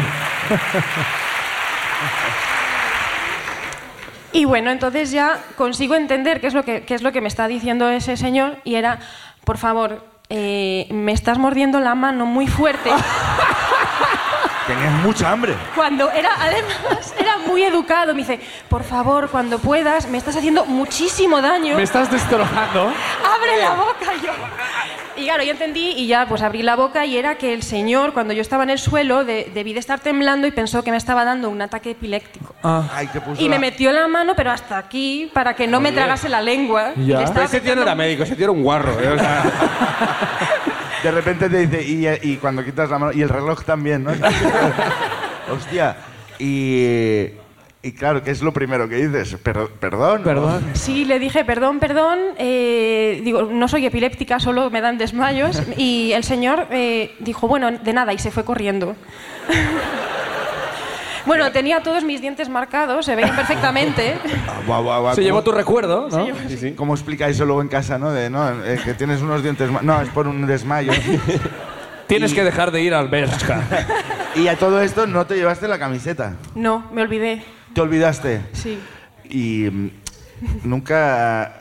Y bueno, entonces ya consigo entender qué es lo que, qué es lo que me está diciendo ese señor y era, por favor, eh, me estás mordiendo la mano muy fuerte. Tenías mucha hambre. Cuando era, además, era muy educado. Me dice, por favor, cuando puedas, me estás haciendo muchísimo daño. Me estás destrozando. Abre la boca yo. Y claro, yo entendí y ya pues abrí la boca y era que el señor, cuando yo estaba en el suelo, de- debí de estar temblando y pensó que me estaba dando un ataque epiléptico. Ah. Ay, te puso Y me la- metió la mano, pero hasta aquí, para que no me tragase la lengua. Y Ya. le estaba Ese tío no era apretando- médico, ese tío era un guarro. ¿eh? O sea, De repente te dice, y, y cuando quitas la mano, y el reloj también, ¿no? Hostia. Y, y claro, ¿qué es lo primero que dices? Per- perdón. Perdón. Sí, le dije, perdón, perdón, eh, digo, no soy epiléptica, solo me dan desmayos. Y el señor eh, dijo, bueno, de nada, y se fue corriendo. bueno, tenía todos mis dientes marcados, se veían perfectamente. Ah, guau, guau, guau. Se llevó tu ¿Cómo- recuerdo, ¿no? ¿Cómo explicáis eso luego en casa, no? De, no, eh, que tienes unos dientes... ma- No, es por un desmayo. Tienes que dejar de ir al Bershka. y a todo esto no te llevaste la camiseta. No, me olvidé, Te olvidaste. sí. Y mm, nunca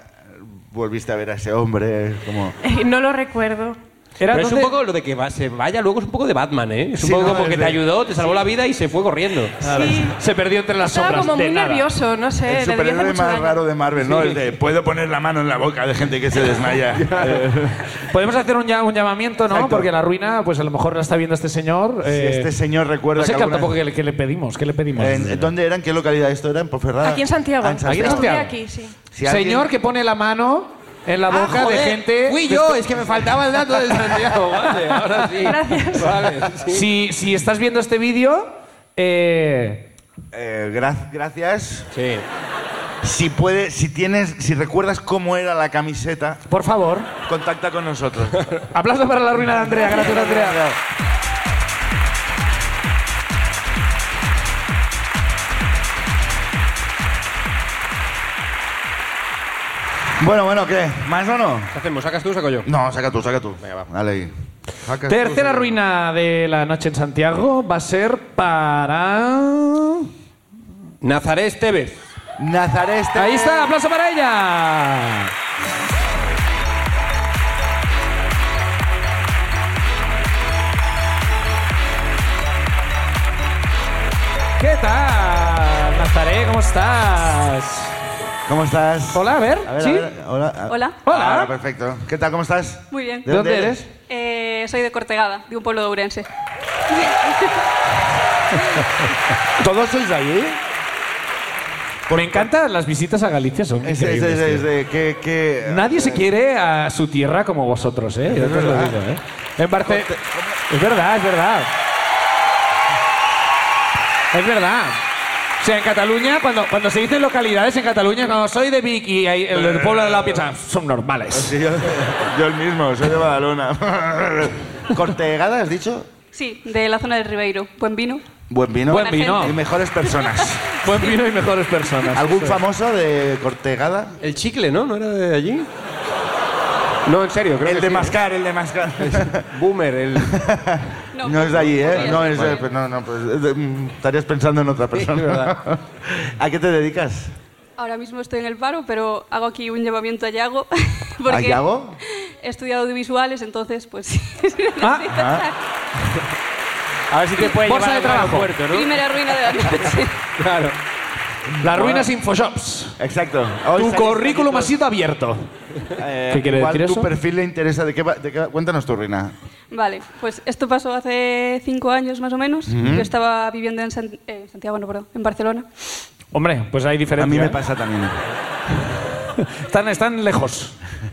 volviste a ver a ese hombre como... No lo recuerdo. Era Pero es un donde- poco lo de que va- se vaya luego, es un poco de Batman, ¿eh? Es un Sí, poco no, como es que de- te ayudó, te salvó la vida y se fue corriendo. Sí, Se perdió entre las estaba sombras. como de muy nada. nervioso, no sé, El le debía hacer superhéroe mucho más daño. raro de Marvel, ¿no? El de puedo poner la mano en la boca de gente que se desmaya. Podemos hacer un, lla- un llamamiento, ¿no? Exacto. Porque la ruina, pues a lo mejor la está viendo este señor. Si eh, este señor recuerda No sé que qué alguna- tampoco que le, que le pedimos. ¿Qué le pedimos? En- ¿Dónde era? ¿En qué localidad esto era? ¿En Ponferrada? Aquí en Santiago. Ah, en Aquí en Santiago. Santiago. Aquí, sí. Si alguien- Señor que pone la mano en la boca de gente. Ah, Fui yo, es que me faltaba el dato de Santiago. Vale, ahora sí. Gracias. Vale, sí. Si, si estás viendo este vídeo, eh, Eh, gra- gracias. Sí. Si puedes, si tienes, si recuerdas cómo era la camiseta, por favor, contacta con nosotros. aplauso para la ruina de Andrea. Gracias, Andrea. bueno, bueno, ¿qué? ¿Más o no? ¿Qué hacemos? ¿Sacas tú o saco yo? No, saca tú, saca tú. Venga, va. Dale ahí. Saca Tercera tú, saca- ruina de la noche en Santiago va a ser para. Nazarés Tevez. Nazaré este. Ahí está, aplauso para ella. ¿Qué tal? Nazaré, ¿cómo estás? ¿Cómo estás? Hola, a ver, A ver, sí. a ver, hola. a- Hola. Hola. Ahora, perfecto. ¿Qué tal? ¿Cómo estás? Muy bien. ¿De dónde eres? Eh, soy de Cortegada, de un pueblo de Ourense. ¿Todos sois de allí? Me encantan las visitas a Galicia, son Es, es, increíbles, es, es tío. de que, que- Nadie se quiere a su tierra como vosotros, ¿eh? Yo te lo verdad. digo, ¿eh? En Barce- Es verdad, es verdad. Es verdad. O sea, en Cataluña, cuando, cuando se dicen localidades en Cataluña, cuando soy de Vic y ahí el, el pueblo de al lado piensa, son normales. Eh, pues Sí, yo, yo el mismo, soy de Badalona. Cortegada, has dicho. Sí, de la zona de Ribeiro. Buen vino. Buen vino. Buen vino. Y mejores personas. Buen vino y mejores personas. ¿Algún famoso de Cortegada? El chicle, ¿no? ¿No era de allí? No, en serio, creo El que de sí, ¿eh? Mascar, el de Mascar. Boomer, el... No, No es de allí, ¿eh? Oviedo. No es de. No, no, pues. es de- mm, estarías pensando en otra persona. Sí, verdad. ¿A qué te dedicas? Ahora mismo estoy en el paro, pero hago aquí un llevamiento a Yago. ¿A Yago? He estudiado audiovisuales, entonces, pues. Ah, A necesito estar. ver si te puede Bolsa llevar de al trabajo. aeropuerto, ¿no? Primera ruina de la noche. Claro. Las ruinas Infoshops. Exacto. Hoy Tu salís currículum ha poquitos. sido abierto. Eh, ¿Qué quiere ¿Cuál decir tu eso? perfil le interesa? ¿De qué va- de qué va- Cuéntanos tu ruina. Vale, pues esto pasó hace cinco años más o menos. Yo estaba viviendo en San- eh, Santiago, no, perdón, en Barcelona. Hombre, pues hay A diferencia. mí me ¿eh? pasa también. Están, están lejos.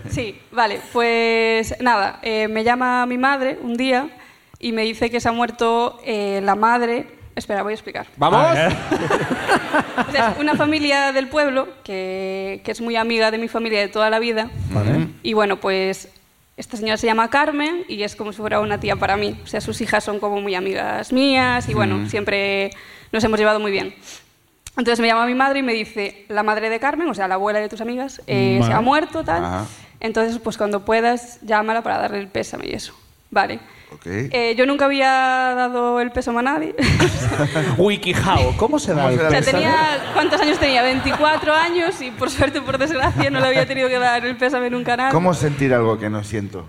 Sí, vale, pues nada, eh, me llama mi madre un día y me dice que se ha muerto eh, la madre. Espera, voy a explicar. Ah, ¡Vamos! ¿eh? O sea, es una familia del pueblo que, que es muy amiga de mi familia de toda la vida. Y bueno, pues esta señora se llama Carmen y es como si fuera una tía para mí. O sea, sus hijas son como muy amigas mías y bueno, siempre nos hemos llevado muy bien. Entonces me llama mi madre y me dice, la madre de Carmen, o sea, la abuela de tus amigas, eh, se ha muerto, tal. Ajá. Entonces, pues cuando puedas, llámala para darle el pésame y eso. Vale. Ok. Eh, yo nunca había dado el pésame a nadie. WikiHow, ¿cómo se da ¿Cómo el se da el O sea, pésame? tenía, ¿cuántos años tenía? 24 años y por suerte, por desgracia, no le había tenido que dar el pésame nunca a nadie. ¿Cómo sentir algo que no siento?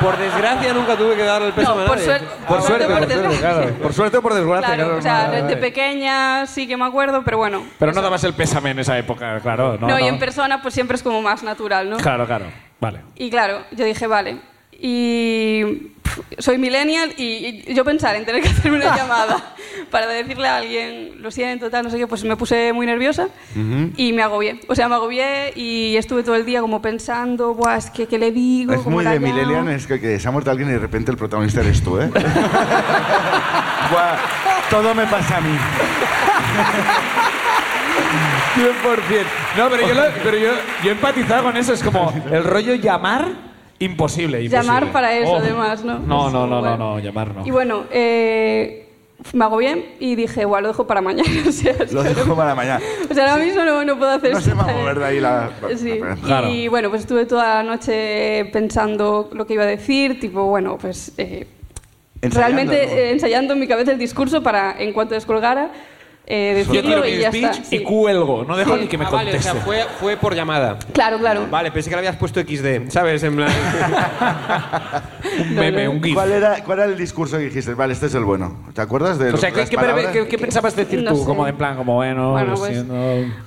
Por desgracia nunca tuve que darle el peso No, a por nadie. suer- Por por suerte, por suerte, por suerte, desgracia. claro. Por suerte o por desgracia. claro, Claro, o sea, no, desde no. pequeña sí que me acuerdo, pero bueno. Pero no dabas el pésame en esa época, claro. No, No, y no. en persona pues siempre es como más natural, ¿no? Claro, claro. Vale. Y claro, yo dije, vale. Y pff, soy millennial y, y yo pensar en tener que hacerme una llamada para decirle a alguien, lo siento, tal, no sé qué, pues me puse muy nerviosa y me agobié. O sea, me agobié y estuve todo el día como pensando, Buah, es que, ¿qué le digo? Es ¿Cómo muy la de llamo?". Millennium, es que, que se ha muerto alguien y de repente el protagonista eres tú, ¿eh? Buah, todo me pasa a mí. 100%. No, pero yo, lo- pero yo, yo he empatizado con eso. Es como el rollo llamar, imposible. imposible. Llamar para eso, Oh. además, ¿no? No, no, no, no, Bueno. no, llamar no. Y bueno, eh, me agobié y dije, guau, lo dejo para mañana. O sea, es Lo que- dejo para mañana. O sea, ahora mismo no, no puedo hacer No se va a esto. mover de ahí la- Sí. la- Claro. Y bueno, pues estuve toda la noche pensando lo que iba a decir, tipo, bueno, pues eh, Ensayando, realmente ¿no? eh, ensayando en mi cabeza el discurso para, en cuanto descolgara, eh, yo tiro decirlo y mi ya speech está. sí. y cuelgo. No dejo Sí. ni que me Ah, vale, o conteste. sea, fue, fue por llamada. Claro, claro. Vale, pensé que le habías puesto XD, ¿sabes? En plan... un meme, un gif. ¿Cuál era, ¿Cuál era el discurso que dijiste? Vale, este es el bueno. ¿Te acuerdas de O sea, las ¿qué, qué, palabras? qué- qué pensabas decir No tú? sé. Como en plan, como bueno, Bueno, lo pues, siento.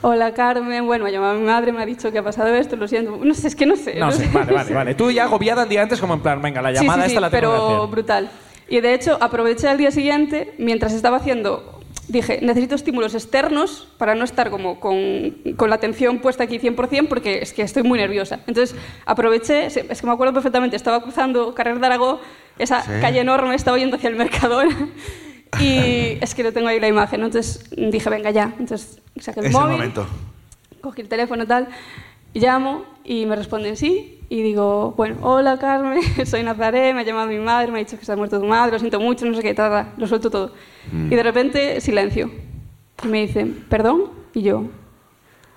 Hola Carmen, bueno, ha llamado a mi madre, me ha dicho que ha pasado esto, lo siento. No sé, es que no sé. No sé, vale, vale, vale. Tú ya agobiada el día antes, como en plan, venga, la Sí, llamada sí, sí, esta la tengo pero que hacer. brutal. Y de hecho, aproveché al día siguiente, mientras estaba haciendo, dije, necesito estímulos externos para no estar como con, con la atención puesta aquí 100% porque es que estoy muy nerviosa. Entonces, aproveché, se- es que me acuerdo perfectamente, estaba cruzando Carrer de Aragó, esa calle enorme, estaba yendo hacia el Mercadona. Y es que no tengo ahí la imagen, ¿no? entonces dije, venga ya. Entonces saqué el Es el móvil, momento. cogí el teléfono tal, llamo y me responden sí y digo, bueno, hola Carmen, soy Nazaré, me ha llamado mi madre, me ha dicho que se ha muerto tu madre, lo siento mucho, no sé qué, tal, lo suelto todo. Y de repente silencio. Y me dicen, perdón, y yo,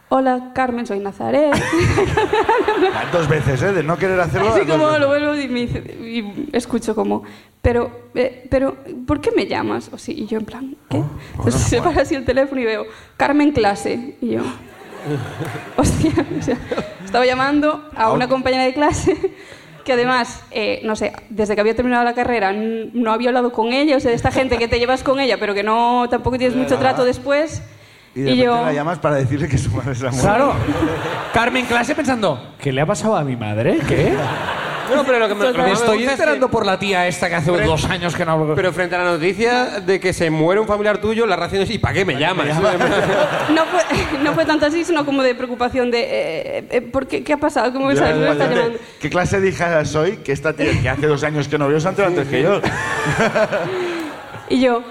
hola Carmen, soy Nazaré. Dos veces, ¿eh? De no querer hacerlo. Así las dos como veces. lo vuelvo y, me dice- y escucho como, pero, eh, pero, ¿por qué me llamas? O sí, y yo en plan, ¿qué? Oh, Entonces se para así el teléfono y veo, Carmen clase. Y yo, hostia, o sea, estaba llamando a una compañera de clase que además, eh, no sé, desde que había terminado la carrera n- no había hablado con ella, o sea, de esta gente que te llevas con ella, pero que no tampoco tienes mucho trato después. Y de repente la llamas para decirle que su madre se ha muerto. Claro. Carmen clase pensando, ¿qué le ha pasado a mi madre? ¿Qué? No, pero lo que me, lo que Me me estoy gusta es que- enterando por la tía esta que hace Pero- dos años que no hablo. Pero frente a la noticia de que se muere un familiar tuyo, la reacción es ¿y para qué me llamas? No fue, no fue tanto así, sino como de preocupación de, eh, eh, ¿por qué, ¿qué ha pasado? ¿Cómo me Ya, estás, Pues me ya, estás ya. llamando? ¿Qué clase de hija soy? Que esta tía que hace dos años que no veo se ha enterado antes que yo. Y yo,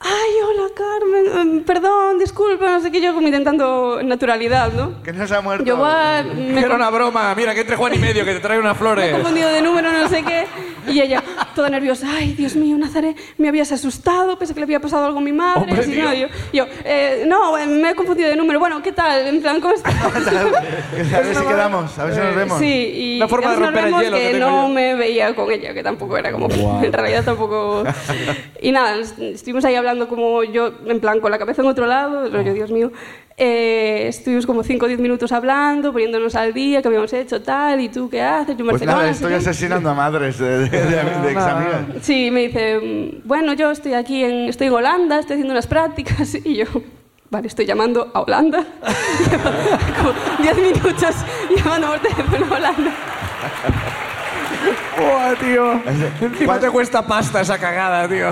ay, hola Carmen, eh, perdón, disculpa, no sé qué, yo como intentando naturalidad, ¿no? Que no se ha muerto. Yo va, me, Que era una broma, mira que entre Juan y medio que te trae unas me he flores. confundido de número, no sé qué. Y ella, toda nerviosa, ay, Dios mío, Nazaret, me habías asustado, pensé que le había pasado algo a mi madre. Hombre, Sí, tío. no, yo, yo, eh, no, eh, me he confundido de número, bueno, ¿qué tal? En plan, ¿cómo estás? A ver si quedamos, a ver si nos vemos. Eh, Sí, y Una forma de entonces nos romper el vemos hielo que que tengo no yo. me veía con ella, que tampoco era como en realidad tampoco y nada, nos- estuvimos ahí hablando como yo en plan con la cabeza en otro lado, Ah. rollo Dios mío. Eh, estuvimos como 5 o 10 minutos hablando, poniéndonos al día, qué habíamos hecho, tal, y tú qué haces, yo en Pues Barcelona. nada, no sé estoy qué. asesinando a madres de, de- de- Ah, de ex amigas. Sí, me dice, mm, bueno, yo estoy aquí en, estoy en Holanda, estoy haciendo unas prácticas y yo, vale, estoy llamando a Holanda. Como 10 minutos llamando por teléfono a Holanda. Buah, tío. Encima te cuesta pasta esa cagada, tío.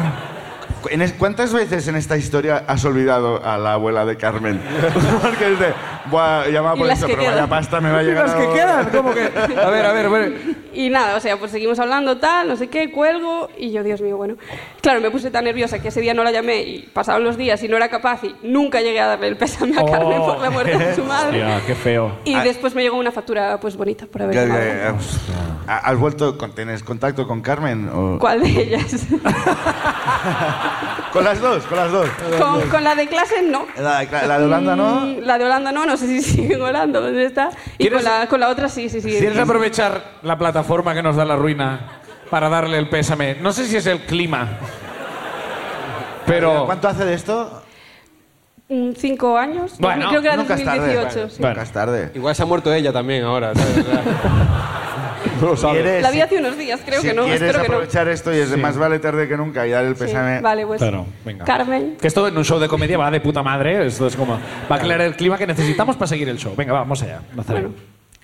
En es- ¿Cuántas veces en esta historia has olvidado a la abuela de Carmen? Porque dice, "Buah, llamaba Y por las eso, que pero vaya quedan. pasta me va a llegar. Las que algo". quedan, ¿cómo que? A ver, a ver, a ver. Y nada, o sea, pues seguimos hablando, tal, no sé qué, cuelgo y yo, Dios mío, bueno. Claro, me puse tan nerviosa que ese día no la llamé y pasaron los días y no era capaz y nunca llegué a darle el pésame a Carmen por la muerte de su madre. qué feo. Y después me llegó una factura, pues bonita, por haber Ah. Ya, llamado. ya, ya. Hostia. ¿Has vuelto, con, tienes contacto con Carmen? o- ¿Cuál de ellas? Con las dos, con las dos. con, con la de clase, no. La, la de Holanda, ¿no? Mm, La de Holanda no, no sé si sigue en Holanda, ¿dónde está? Y ¿Quieres- con la, con la otra sí, sí, sí. ¿Quieres aprovechar la plataforma que nos da la ruina para darle el pésame? No sé si es el clima, pero... ¿Cuánto hace de esto? Mm, Cinco años. Bueno, creo que era nunca es tarde. 2018. sí. Bueno. Nunca es tarde. Igual se ha muerto ella también ahora. ¿sabes? no lo sabes. ¿Quieres- La vi hace unos días, creo si que no, quieres espero que no. aprovechar esto y es de más vale tarde que nunca y dar el Sí, pésame. Vale, pues. Claro, venga. Carmen. Que esto en un show de comedia va de puta madre, esto es como... Va a aclarar el clima que necesitamos para seguir el show. Venga, vamos allá. Nazaré. Bueno.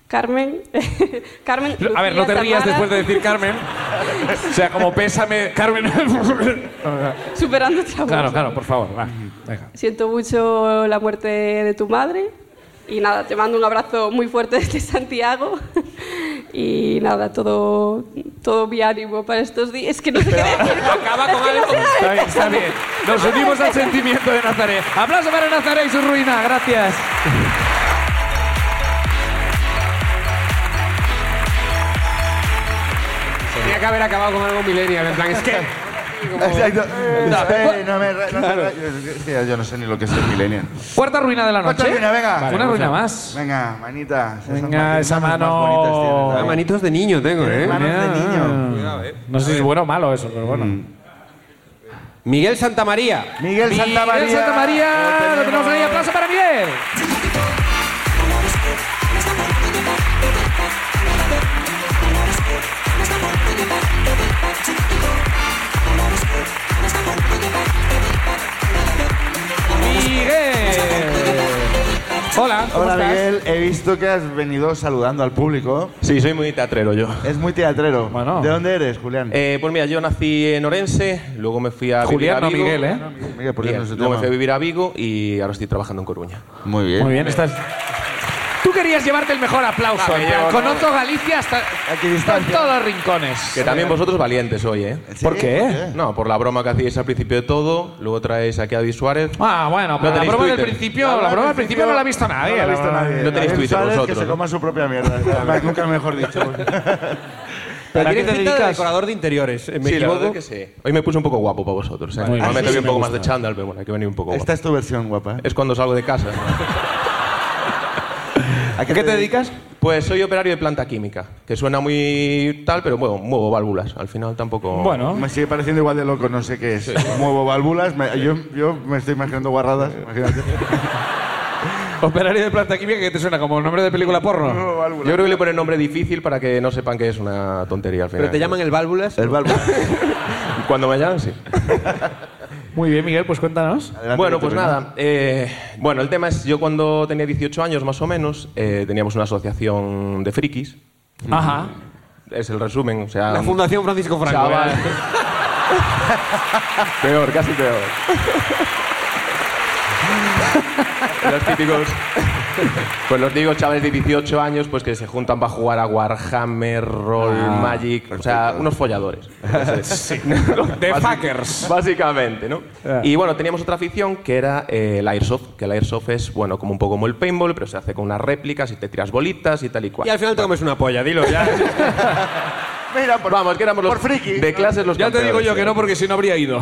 Carmen. Carmen. A ver, no te Lucía, rías Tamara, después de decir Carmen. O sea, como pésame, Carmen. Superando trabajos. claro, claro, por favor, va. Venga. Siento mucho la muerte de tu madre. Y nada, te mando un abrazo muy fuerte desde Santiago. Y nada, todo, todo mi ánimo para estos días. Es que no sé qué decir. Acaba con algo. Está bien, está bien. Nos unimos al sentimiento de Nazaré. Aplauso para Nazaré y su ruina, gracias. Tenía que haber acabado con algo millennial. En plan, es que. Exacto. No. Eh, no me re- no me re- Hostia, Yo no sé ni lo que es el millennial. Cuarta ruina de la noche. Otra ruina, venga. Vale, Una ruina más. Venga, manita. Esas Venga, manitas esa más mano. bonitas tienes, Ah, ¿eh? manitos de niño tengo, ¿eh? Manos de niño. Mm. Cuidado, eh. No sé si es bueno o malo eso, pero bueno. Miguel Santamaría. Miguel Santa María. Miguel Santa María, lo tenemos ahí. Aplauso para Miguel. Miguel. Hola, ¿cómo Hola estás? Miguel, he visto que has venido saludando al público. Sí, soy muy teatrero yo. Es muy teatrero. Bueno. ¿De dónde eres, Julián? Eh, pues mira, yo nací en Orense, luego me fui a vivir Julián, a no Vigo. Miguel, ¿eh? Miguel, ¿por qué Bien, no se luego me fui a toma? vivir a Vigo y ahora estoy trabajando en Coruña. Muy bien. Muy bien, estás. Tú querías llevarte el mejor aplauso. Ah, en plan, yo no. Conozco Galicia hasta Aquí hasta distancia. todos los rincones. Que también vosotros valientes hoy, ¿eh? ¿Sí? ¿Por qué? No, por la broma que hacíais al principio de todo, luego traéis aquí a David Suárez. Ah, bueno, pero la tenéis broma del Twitter. principio, la, broma del principio no la ha visto nadie. No la ha visto verdad. nadie. No tenéis David Twitter Suárez, vosotros, Que se ¿no? coma su propia mierda. Nunca mejor dicho. Pero qué te tiene pinta de dedicas? decorador de interiores. eh, ¿Me sí, la verdad equivoco? es que sí. Hoy me puse un poco guapo para vosotros. ¿eh? Normalmente voy un poco más de chándal, pero bueno, hay que venir un poco guapo. Esta es tu versión guapa. Es cuando salgo de casa. ¿A qué te dedicas? Pues soy operario de planta química, que suena muy tal, pero bueno, muevo válvulas. Al final tampoco... Bueno, Me sigue pareciendo igual de loco, no sé qué es. Muevo válvulas, me- yo, yo me estoy imaginando guarradas, imagínate. Operario de planta química que te suena como nombre de película porno. No, Yo válvula. creo que le ponen nombre difícil para que no sepan que es una tontería al final. Pero te llaman el válvulas. El válvula. Cuando me llaman, sí. Muy bien, Miguel, pues cuéntanos. Adelante, bueno, pues Victorino. nada. eh, bueno, el tema es, yo cuando tenía 18 años más o menos, eh, teníamos una asociación de frikis. Ajá. Es el resumen, o sea... La Fundación Francisco Franco. chaval. ¿eh? peor, casi peor. los típicos... Pues los típicos chavales de 18 años pues que se juntan para jugar a Warhammer, Roll, Ah, Magic... O sea, unos folladores. De Basi- fuckers. Básicamente, ¿no? Eh. Y bueno, teníamos otra afición que era eh, el Airsoft, que el Airsoft es, bueno, como un poco como el paintball, pero se hace con unas réplicas y te tiras bolitas y tal y cual. Y al final te comes una polla, dilo ya. Mira, por, Vamos, que éramos los por friki. de clases los Ya te digo campeones, yo que eh. no, porque si no habría ido.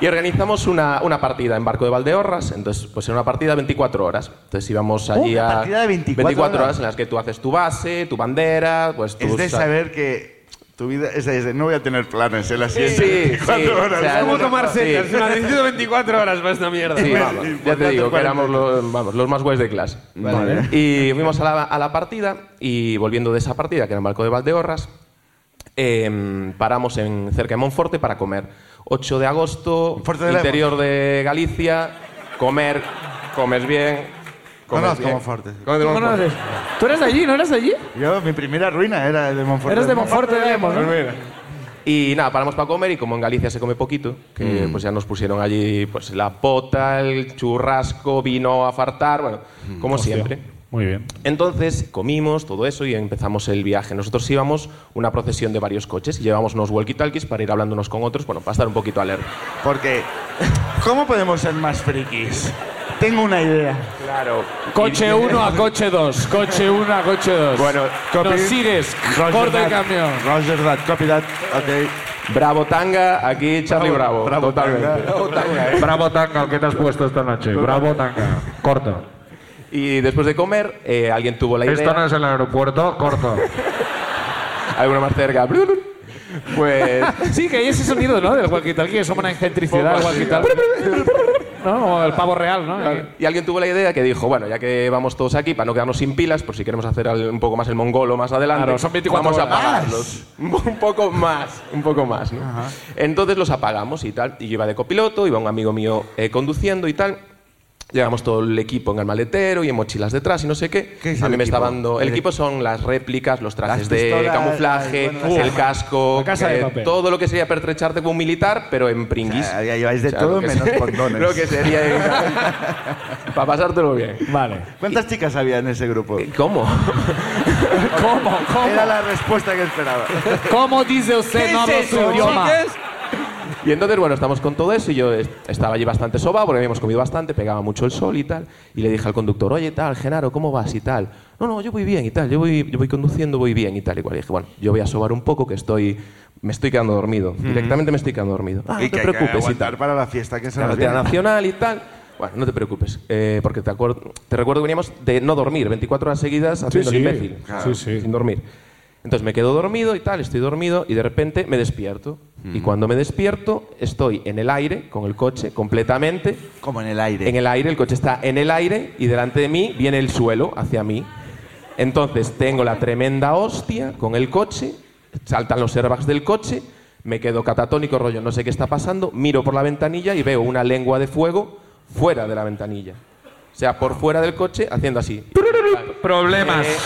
Y organizamos una, una partida en barco de Valdeorras, entonces pues era una partida de 24 horas. Entonces íbamos allí Una a partida de 24 horas. horas en las que tú haces tu base, tu bandera, pues tú Es de saber que tu vida es de, es de, no voy a tener planes ¿eh? en las siguientes sí, 24 sí, horas. o sea, ¿Cómo no- tomar sí. señas? Es una decisión de 24 horas para esta mierda. Sí, vamos, Sí, ya te digo que 40. éramos los, vamos, los más guays de clase. Vale. Y fuimos a la, a la partida y volviendo de esa partida, que era en Balco de Valdeorras, em, paramos en, cerca de Monforte para comer. 8 de agosto, Monforte de Lemos. interior de Galicia, comer, comes bien. comes Conozco bien. Monforte. Conoces ¿Tú Monforte. conoces? ¿Tú eres de allí? ¿No eres de allí? Yo, mi primera ruina era de Monforte. Pues Eres de Monforte de Lemos, ¿no? Y nada, paramos para comer y como en Galicia se come poquito, que pues ya nos pusieron allí pues la pota, el churrasco, vino a fartar, bueno, como siempre. Muy bien. Entonces comimos todo eso y empezamos el viaje. Nosotros íbamos una procesión de varios coches y llevábamos unos walkie-talkies para ir hablando unos con otros, bueno, para estar un poquito alerta. Porque, ¿cómo podemos ser más frikis? Tengo una idea. Claro. Coche 1 a coche 2. Coche 1 a coche 2. Bueno, Nos sires. Corta that. el camión. Roger that. Copy that. Ok. Bravo Tanga, aquí Charlie Bravo. Bravo, totalmente. Tanga. eh. Bravo Tanga, ¿qué te has puesto esta noche? Bravo Tanga, corto. Y después de comer, eh, alguien tuvo la idea. Esto no es el aeropuerto, corto. Alguno más cerca. Pues. Sí, que hay ese sonido, ¿no? Del walkie-talkie, es una excentricidad del Poco así, walkie-talkie. ¿No? Como el pavo real, ¿no? Y alguien tuvo la idea que dijo, bueno, ya que vamos todos aquí, para no quedarnos sin pilas, por si queremos hacer al- un poco más el mongolo más adelante, Claro, son 24 vamos horas. a apagarlos. un poco más, un poco más, ¿no? Entonces los apagamos y tal. Y yo iba de copiloto, iba un amigo mío eh, conduciendo y tal. Llevamos todo el equipo en el maletero y en mochilas detrás y no sé qué. ¿Qué es a el mí me equipo? estaba dando... El El- equipo son las réplicas, los trajes Las de pistolas, camuflaje, ay, bueno, las el armas. casco, La casa de eh, papel. todo lo que sería pertrecharte como un militar, pero en pringuis. Ah, ya lleváis de O sea, todo lo que menos se- condones. Lo que sería... para pasártelo bien. Vale. ¿Cuántas chicas había en ese grupo? ¿Cómo? ¿Cómo? Era ¿Cómo? la respuesta que esperaba. ¿Cómo dice usted no hablo su idioma? Y entonces, bueno, estamos con todo eso y yo est- estaba allí bastante soba porque habíamos comido bastante, pegaba mucho el sol y tal. Y le dije al conductor, oye, tal, Genaro, ¿cómo vas? Y tal. No, no, yo voy bien y tal, yo voy, yo voy conduciendo, voy bien y tal. Y cual. Y dije, bueno, yo voy a sobar un poco que estoy... Me estoy quedando dormido. Directamente me estoy quedando dormido. Ah, y que no te hay que preocupes y aguantar tal. para la fiesta que se nos Carretera viene. nacional y tal. Bueno, no te preocupes, eh, porque te, acuer- te recuerdo que veníamos de no dormir, 24 horas seguidas haciendo el imbécil, Sí, sí. sin dormir. Entonces me quedo dormido y tal, estoy dormido y de repente me despierto. Y Mm. cuando me despierto, estoy en el aire con el coche completamente. Como en el aire. En el aire, el coche está en el aire y delante de mí viene el suelo hacia mí. Entonces tengo la tremenda hostia con el coche, saltan los airbags del coche, me quedo catatónico, rollo, no sé qué está pasando, miro por la ventanilla y veo una lengua de fuego fuera de la ventanilla. O sea, por fuera del coche haciendo así. Problemas. Eh,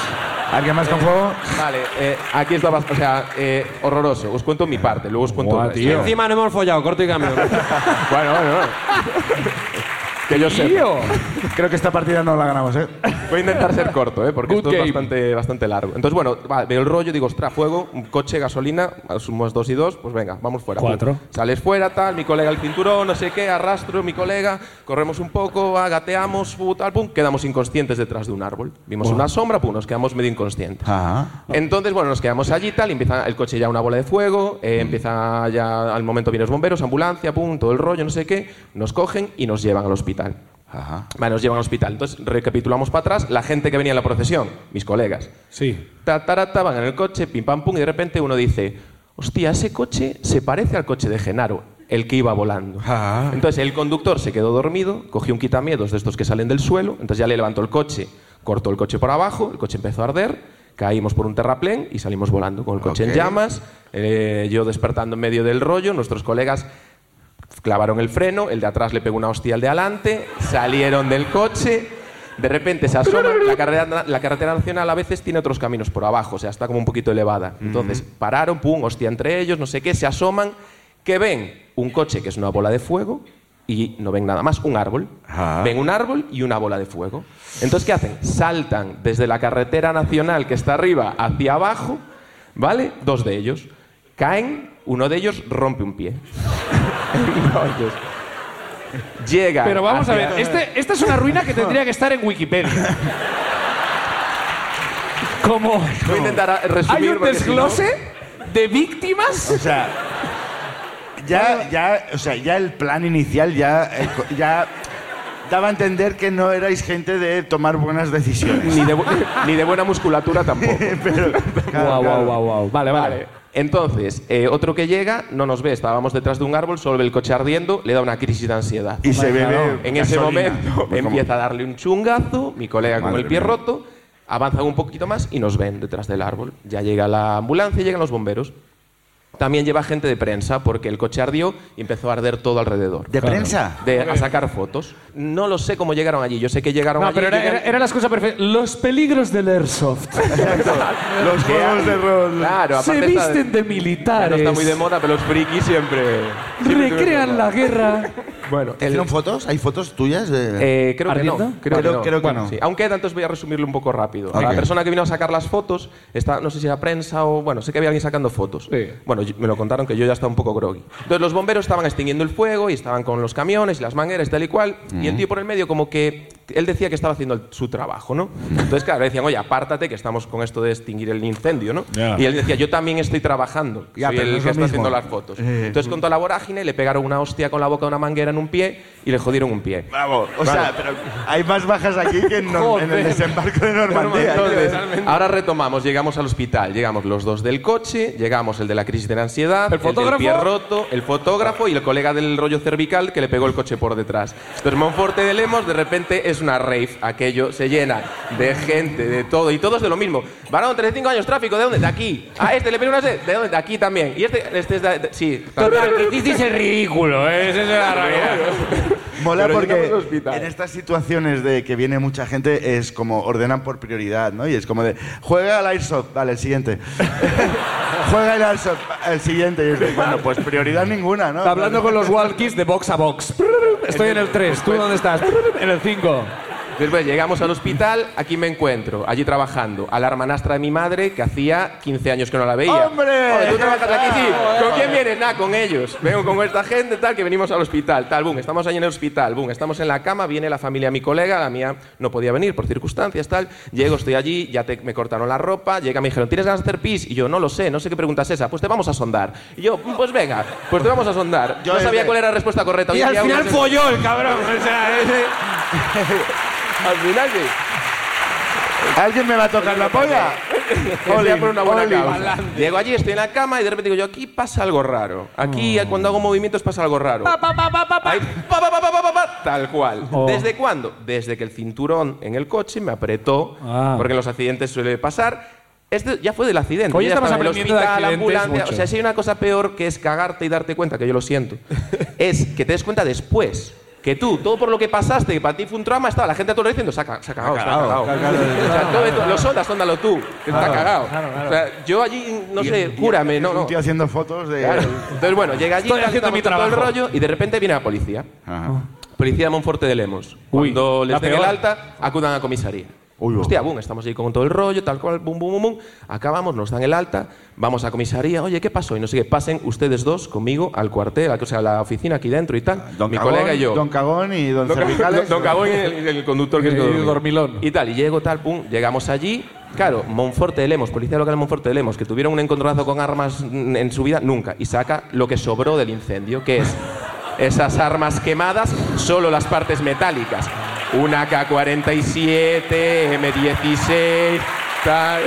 ¿Alguien más con fuego? vale, eh, aquí está, bas- o sea, eh, horroroso. Os cuento mi parte, luego os cuento. Guau, el resto. tío. Encima no hemos follado, corto y cambio. Bueno, bueno, bueno. que yo sé. Tío. Creo que esta partida no la ganamos, ¿eh? Voy a intentar ser corto, ¿eh? porque Good esto game. es bastante, bastante largo. Entonces, bueno, va, veo el rollo, digo, ostras, fuego, un coche, gasolina, sumas dos y dos, pues venga, vamos fuera. pum. Cuatro. Sales fuera, tal, mi colega el cinturón, no sé qué, arrastro, mi colega, corremos un poco, va, gateamos, fu, tal, pum, quedamos inconscientes detrás de un árbol. Vimos una sombra, pum, nos quedamos medio inconscientes. Ajá. Entonces, bueno, nos quedamos allí, tal, y empieza el coche ya una bola de fuego, eh, empieza ya, al momento vienen los bomberos, ambulancia, pum, todo el rollo, no sé qué, nos cogen y nos llevan al hospital. Ajá. Vale, nos llevan al hospital. Entonces, recapitulamos para atrás, la gente que venía en la procesión, mis colegas. Sí. Ta, ta, ta, van en el coche, pim, pam, pum, y de repente uno dice, hostia, ese coche se parece al coche de Genaro. el que iba volando. Entonces el conductor se quedó dormido, cogió un quitamiedos de estos que salen del suelo, entonces ya le levantó el coche, cortó el coche por abajo, el coche empezó a arder, caímos por un terraplén y salimos volando con el coche Ok. en llamas, eh, yo despertando en medio del rollo, nuestros colegas clavaron el freno, el de atrás le pegó una hostia al de adelante, salieron del coche. De repente se asoma, la carretera, la carretera nacional a veces tiene otros caminos por abajo, o sea, está como un poquito elevada. Entonces pararon, pum, hostia entre ellos, no sé qué, se asoman, que ven un coche que es una bola de fuego y no ven nada más, un árbol. Ah. Ven un árbol y una bola de fuego. Entonces, ¿qué hacen? Saltan desde la carretera nacional que está arriba hacia abajo, ¿vale? Dos de ellos. Caen, uno de ellos rompe un pie. Entonces, llega. Pero vamos hacia- a ver, este- esta es una ruina que tendría que estar en Wikipedia. Como Voy a intentar a- resumir. hay un porque si no- desglose de víctimas. O sea, ya, ya, o sea, ya el plan inicial ya, eh, co- ya daba a entender que no erais gente de tomar buenas decisiones. ni, de, bu- ni de buena musculatura tampoco. Pero, claro, Guau, guau, claro. guau, guau. Vale, vale. Vale. Entonces, eh, otro que llega no nos ve, estábamos detrás de un árbol, solo ve el coche ardiendo, le da una crisis de ansiedad. Y se bebe En ese gasolina. momento Pues como- empieza a darle un chungazo, mi colega con Madre el pie mía. roto, avanzan un poquito más y nos ven detrás del árbol. Ya llega la ambulancia y llegan los bomberos. También lleva gente de prensa porque el coche ardió y empezó a arder todo alrededor. ¿De prensa? De- a sacar fotos. No lo sé cómo llegaron allí. Yo sé que llegaron No, allí. pero era, llegan- era- era la excusa perfecta. Los peligros del airsoft. Los juegos de rol. Claro, Se aparte está- visten de Ya no militares. está muy de moda, pero los frikis siempre. siempre Recrean la guerra. Bueno, el- ¿Hicieron fotos? ¿Hay fotos tuyas? De... eh, creo que no. ¿Ardiendo? Creo que Creo- no. creo que Bueno, no. sí. Aunque entonces voy a resumirlo un poco rápido. Ok. La persona que vino a sacar las fotos, está, no sé si era prensa o. Bueno, sé que había alguien sacando fotos. Sí. Bueno, yo- me lo contaron que yo ya estaba un poco groggy. Entonces los bomberos estaban extinguiendo el fuego y estaban con los camiones y las mangueras y tal y cual. Y Mm. el tío por el medio, como que. Él decía que estaba haciendo el- su trabajo, ¿no? Mm. Entonces, claro, decían, oye, apártate que estamos con esto de extinguir el incendio, ¿no? Ya. Y él decía, yo también estoy trabajando. Ya, soy pero el no es que lo está mismo. Eh. haciendo las fotos. Entonces, con toda la vorágine, le pegaron una hostia con la boca de una manguera en un pie y le jodieron un pie. Bravo. O sea, pero hay más bajas aquí que en, Nor- en el Joder. desembarco de Normandía. Entonces, ahora retomamos, llegamos al hospital, llegamos los dos del coche, llegamos el de la crisis de la ansiedad, ¿El del fotógrafo? pie roto, el fotógrafo y el colega del rollo cervical que le pegó el coche por detrás. Entonces Monforte de Lemos de repente es una rave, aquello se llena de gente, de todo y todos de lo mismo. Varón, 35 años, tráfico, ¿de dónde? De aquí. A este le pegó una sed, ¿de dónde? De aquí también. Y este, este es de, de- sí. hiciste el ridículo, ¿eh? Esa es la realidad. Mola Pero porque llegamos al hospital. en estas situaciones de que viene mucha gente es como ordenan por prioridad, ¿no? Y es como de juega al airsoft, vale, el siguiente. juega al airsoft, el siguiente. Y es de, bueno, pues prioridad ninguna, ¿no? Hablando con los walkies de box a box. Estoy en el 3. ¿Tú dónde estás? En el 5. Después pues, llegamos al hospital, aquí me encuentro, allí trabajando, a la hermanastra de mi madre que hacía 15 años que no la veía. ¡Hombre! Oye, ¿Tú trabajas aquí? Sí. ¿Con quién vienes? Nada, con ellos. Vengo con esta gente, tal, que venimos al hospital, tal, boom, estamos allí en el hospital, boom, estamos en la cama, viene la familia de mi colega, la mía no podía venir por circunstancias, tal. Llego, estoy allí, ya te- me cortaron la ropa, llega, me dijeron, ¿tienes ganas de hacer pis? Y yo, no lo sé, no sé qué pregunta es esa. Pues te vamos a sondar. Y yo, pues venga, pues te vamos a sondar. Yo Yo no sabía desde- cuál era la respuesta correcta. Hoy en día uno se- folló el cabrón. O sea, Al final, sí. ¿Alguien me va a tocar la polla? Ole, por una buena Oli. causa. Llego allí, estoy en la cama y de repente digo yo, aquí pasa algo raro. Aquí Mm. cuando hago movimientos pasa algo raro. Ahí, pa, pa, pa, pa, pa, pa, pa, tal cual. Oh. ¿Desde cuándo? Desde que el cinturón en el coche me apretó, Ah. porque en los accidentes suele pasar. Este ya fue del accidente. Hoy ya estamos estaba en el aprendiendo de hospital, accidentes ambulancia. mucho. O sea, si hay una cosa peor que es cagarte y darte cuenta, que yo lo siento, es que te des cuenta después. Que tú, todo por lo que pasaste, que para ti fue un trauma, estaba la gente a tu alrededor diciendo, se ha ca- se ha cagado, se ha cagado. O sea, todo esto- Lo sondas, sóndalo tú, que está cagado. O sea, yo allí, no sé, cúrame, no, Un no. tío haciendo fotos de. Claro. Entonces, bueno, llega allí, Estoy tal, haciendo estamos mi con todo trabajo. Ah. el rollo y de repente viene la policía. Ajá. Policía de Monforte de Lemos. Uy, Cuando la les den el peor. alta, acudan a comisaría. Uy, va. Hostia, boom, estamos ahí con todo el rollo, tal cual, bum, bum, bum, bum. Acabamos, nos dan el alta, vamos a comisaría, oye, ¿qué pasó? Y no sé qué, pasen ustedes dos conmigo al cuartel, o sea, a la oficina aquí dentro y tal. Don Mi Cagón- colega y yo. Don Cagón y Don, Don, Cervicales. Cagón- Don Cagón y el, el conductor que Y es dormilón. Y tal, y llego tal, pum, llegamos allí. Claro, Monforte de Lemos, policía local de Monforte de Lemos, que tuvieron un encontronazo con armas mm, en su vida, nunca. Y saca lo que sobró del incendio, que es esas armas quemadas, solo las partes metálicas. Una K-47, M16, tal.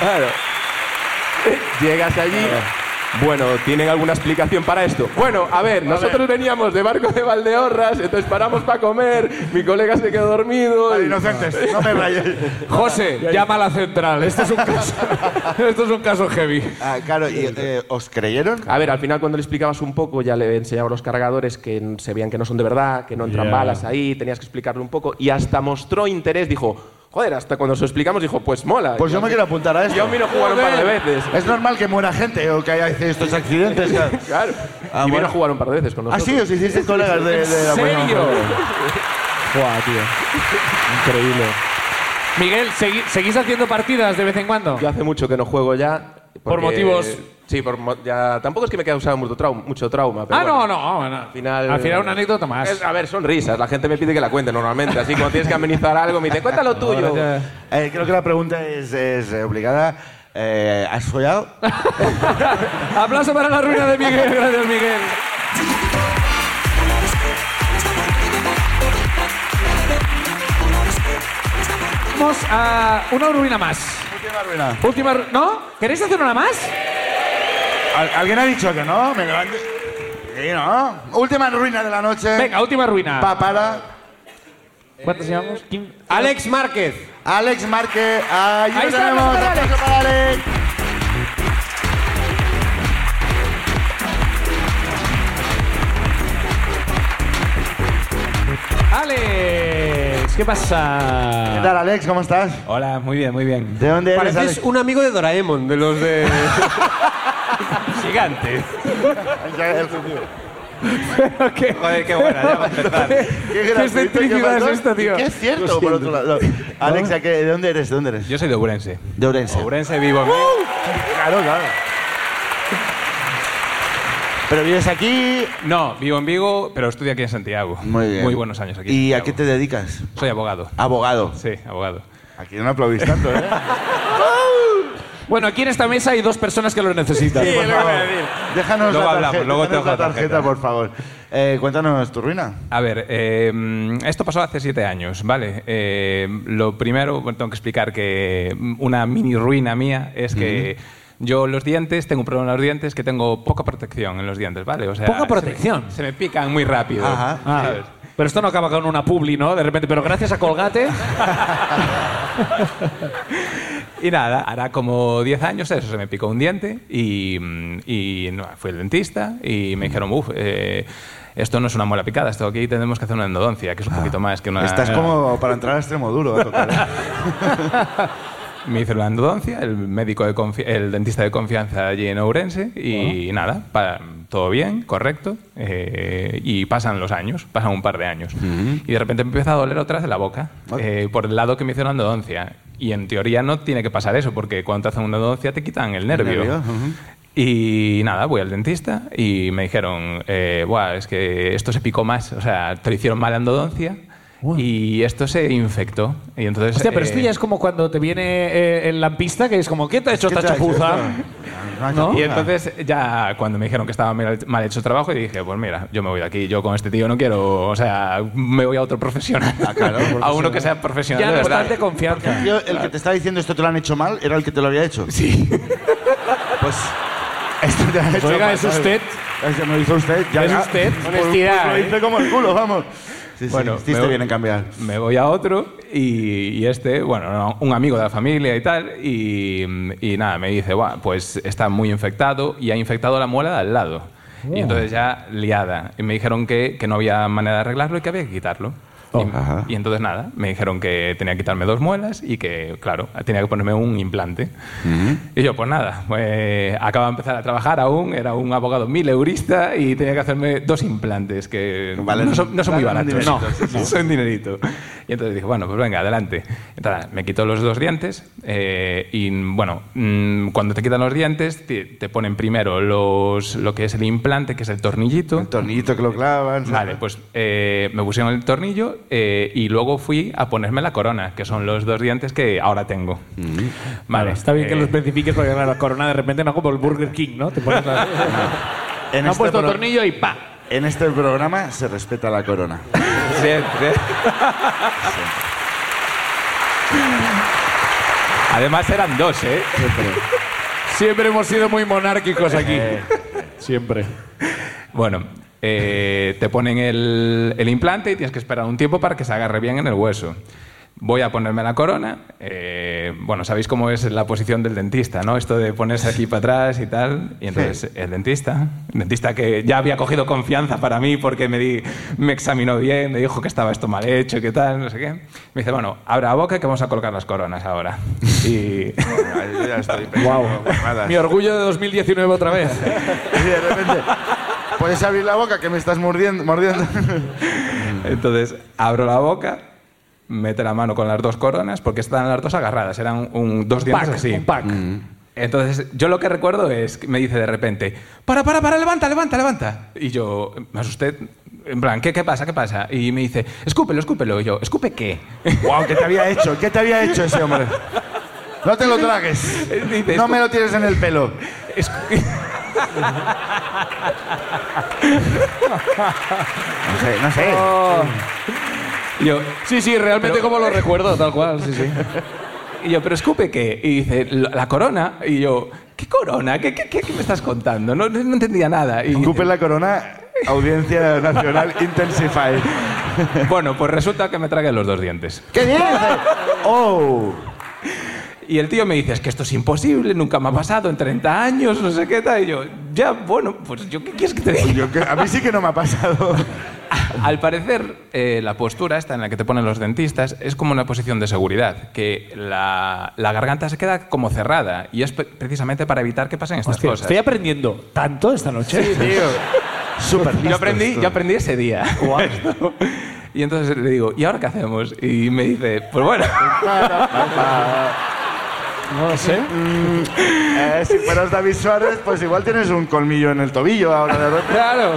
Claro. Llegas allí, Ah. Bueno, ¿tienen alguna explicación para esto? Bueno, a ver, nosotros veníamos de barco de Valdeorras, entonces paramos para comer, mi colega se quedó dormido. Vale, y- Ah, inocentes, no me rayéis. José, llama a la central. Este es un caso, esto es un caso heavy. Ah, claro, y, eh, ¿os creyeron? A ver, al final cuando le explicabas un poco, ya le enseñaba los cargadores que n- se veían que no son de verdad, que no entran Ya. balas ahí, tenías que explicarle un poco, y hasta mostró interés, dijo, joder, hasta cuando se lo explicamos dijo, pues mola. Pues yo me quiero apuntar a Yo esto. vino a jugar un par de veces. Es normal que muera gente o que haya estos accidentes. claro. Claro. Ah, y vino bueno. a jugar un par de veces con Ah, nosotros. sí, os hicisteis colegas de, ¿En de la buena serio? mujer. Buah, tío. Increíble. Miguel, ¿segui- ¿seguís haciendo partidas de vez en cuando? Yo hace mucho que no juego ya. Por motivos- Sí, por mo- ya, tampoco es que me haya causado mucho trauma. Mucho trauma pero ah, bueno. no, no, no. Al final, Al final una anécdota más. Es- a ver, son risas. La gente me pide que la cuente normalmente. Así que cuando tienes que amenizar algo, me dice, cuéntalo tuyo. Eh, creo que la pregunta es, es, eh, obligada. Eh, ¿Has follado? Aplauso para la ruina de Miguel. Gracias, Miguel. Vamos a una ruina más. Última ruina. Última ru- ¿No? ¿Queréis hacer una más? Al- ¿Alguien ha dicho que no? Me levanto. Sí, ¿no? Última ruina de la noche. Venga, última ruina. Pa para ¿Cuántas llevamos? ¿Quin- Alex Márquez. Alex Márquez. Ahí, Ahí lo está, tenemos. para Alex. Aplauso para Alex. Alex, ¿qué pasa? ¿Qué tal, Alex? ¿Cómo estás? Hola, muy bien, muy bien. ¿De dónde eres, Pareces Alex? un amigo de Doraemon, de los de. Gigante. ¿Qué, Joder, qué buena, ya va a empezar. qué excentricidad es pasó? esta, tío? ¿Qué es cierto, por otro lado? Alex, ¿a qué- ¿de dónde eres? ¿De dónde eres? Yo soy de Ourense. De Orense. Ourense vivo. en- Uh. Claro, claro. Pero vives aquí. No, vivo en Vigo, pero estudio aquí en Santiago. Muy bien. Muy buenos años aquí. en ¿Y a qué Santiago. te dedicas? Soy abogado. Abogado. Sí, abogado. Aquí no aplaudís tanto, ¿eh? Bueno, aquí en esta mesa hay dos personas que lo necesitan. Por favor, Déjanos Luego la tarjeta, hablamos, luego te déjanos dejo la la tarjeta, tarjeta. por favor. Eh, cuéntanos tu ruina. A ver, eh, mm, esto pasó hace siete años, ¿vale? Eh, lo primero, bueno, tengo que explicar que mm, una mini ruina mía es que yo los dientes, tengo un problema en los dientes, que tengo poca protección en los dientes, ¿vale? O sea, ¿Poca se me- protección? Se me, pican muy rápido. Ajá. Ah, ¿sabes? pero esto no acaba con una publi, ¿no? De repente, pero gracias a Colgate. Y nada, hará como 10 años eso, se me picó un diente y, mm, y no, fui al dentista y me dijeron, uff, esto no es una muela picada, esto aquí tenemos que hacer una endodoncia, que es un poquito más que una... Ah. Estás como para entrar a ¿eh? extremo duro. a tocar. Me hice la endodoncia, el médico de confi- el dentista de confianza allí en Ourense y nada, pa- todo bien, correcto. eh, y pasan los años, pasan un par de años. Y de repente me empieza a doler otra vez la boca, Ah. eh, por el lado que me hicieron la endodoncia. Y en teoría no tiene que pasar eso, porque cuando te hacen una endodoncia te quitan el nervio. nervio, ujú. Y nada, voy al dentista y me dijeron, eh, Buah, es que esto se picó más, o sea, te lo hicieron mal la endodoncia y esto se infectó. Y entonces, Hostia, pero esto eh, ya es como cuando te viene eh, el lampista, que es como, ¿qué te ha hecho ¿Qué esta te ha hecho chapuza? esto? Una ¿No? Y chapuza. entonces ya cuando me dijeron que estaba mal mal hecho el trabajo, dije, pues mira, yo me voy de aquí, yo con este tío no quiero, o sea, me voy a otro profesional. claro, a profesional. uno que sea profesional. Ya de no verdad. estás de confianza. Tío, el que te estaba diciendo esto te lo han hecho mal era el que te lo había hecho. Sí. Pues esto te lo ha hecho Oiga, mal, ¿es ¿sabes? usted? Eso me lo hizo usted. Ya ¿Es ya. usted? Pues- Honestidad, pues ¿eh? Lo hice como el culo, vamos. Sí, Bueno, bueno, sí, hiciste me- bien en cambiar. Me voy a otro y, y este, bueno, no, un amigo de la familia y tal, y, y nada, me dice, "Buah, pues está muy infectado y ha infectado la muela de al lado. Y entonces ya liada. Y me dijeron que, que no había manera de arreglarlo y que había que quitarlo. Y- Oh, Ajá. y, entonces nada, me dijeron que tenía que quitarme dos muelas y que, claro, tenía que ponerme un implante. Y yo, pues nada, pues, acababa de empezar a trabajar aún, era un abogado mil eurista y tenía que hacerme dos implantes, que Vale, no, son, no son muy vale, un baratos. dinerito, No, son dinerito. Y entonces dije, bueno, pues venga, adelante. Entonces, me quitó los dos dientes eh, y, bueno, mm, cuando te quitan los dientes, te, te ponen primero los, lo que es el implante, que es el tornillito. El tornillito que lo clavan. ¿sabes? Vale, pues eh, me pusieron el tornillo eh, y luego fui a ponerme la corona, que son los dos dientes que ahora tengo. Vale, Está bien que eh, lo especifiques porque claro, la corona de repente no como el Burger King, ¿no? Te pones la- En, Han este puesto pro- tornillo y pa. en este programa se respeta la corona. Siempre. Además eran dos, ¿eh? Siempre hemos sido muy monárquicos aquí. Siempre. Bueno, eh, te ponen el, el implante y tienes que esperar un tiempo para que se agarre bien en el hueso. Voy a ponerme la corona. eh, bueno, sabéis cómo es la posición del dentista, ¿no? Esto de ponerse aquí para atrás y tal. Y entonces el dentista, el dentista que ya había cogido confianza para mí porque me, di, me examinó bien, me dijo que estaba esto mal hecho y que tal, no sé qué. Me dice, bueno, abra la boca que vamos a colocar las coronas ahora. Y Yo ya estoy pensando huevadas. Mi orgullo de 2019 otra vez. Y de repente, ¿puedes abrir la boca que me estás mordiendo? mordiendo? Entonces abro la boca, mete la mano con las dos coronas, porque están las dos agarradas, eran un, dos dientes pack, así. un pack. Entonces yo lo que recuerdo es que me dice de repente, para, para, para, levanta, levanta, levanta. Y yo me asusté, en plan, ¿qué, qué pasa, qué pasa? Y me dice, escúpelo, escúpelo. Y yo, ¿escupe qué? ¡Wow! ¿Qué te había hecho? ¿Qué te había hecho ese hombre? No te lo tragues. Dice, No me lo tienes en el pelo. "Escu- No sé, no sé. Y yo, Sí, sí, realmente como lo recuerdo, tal cual, sí, sí. Y yo, ¿pero escupe qué? Y dice, "La- la corona. Y yo, ¿qué corona? ¿Qué, qué, qué- qué me estás contando? No, no entendía nada. Y dice, Escupe la corona, audiencia nacional intensify. bueno, pues resulta que me tragué los dos dientes. ¿Qué dices? ¡Oh! Y el tío me dice, es que esto es imposible, nunca me ha pasado en 30 años, no sé qué tal. Y yo, ya, bueno, pues yo qué quieres que te diga. Yo que- a mí sí que no me ha pasado. Al parecer, eh, la postura esta en la que te ponen los dentistas es como una posición de seguridad, que la, la garganta se queda como cerrada y es pre- precisamente para evitar que pasen estas Hostia, cosas. estoy aprendiendo tanto esta noche. Súper Yo listos, aprendí, tú. yo aprendí ese día. Esto. y entonces le digo, ¿y ahora qué hacemos? Y me dice, pues bueno, No lo sé. Eh, si fueras David Suárez, pues igual tienes un colmillo en el tobillo ahora de repente. claro.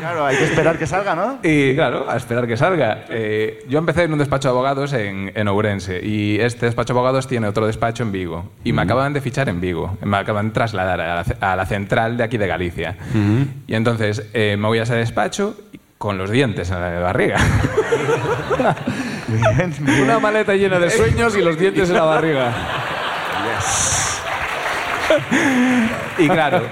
Claro, hay que esperar que salga, ¿no? Y claro, a esperar que salga. Eh, yo empecé en un despacho de abogados en, en Ourense y este despacho de abogados tiene otro despacho en Vigo. Y me acaban de fichar en Vigo, me acaban de trasladar a la, ce- a la central de aquí de Galicia. Y entonces eh, me voy a ese despacho con los dientes en la barriga. Bien, bien. Una maleta llena de sueños y los dientes en la barriga. y claro,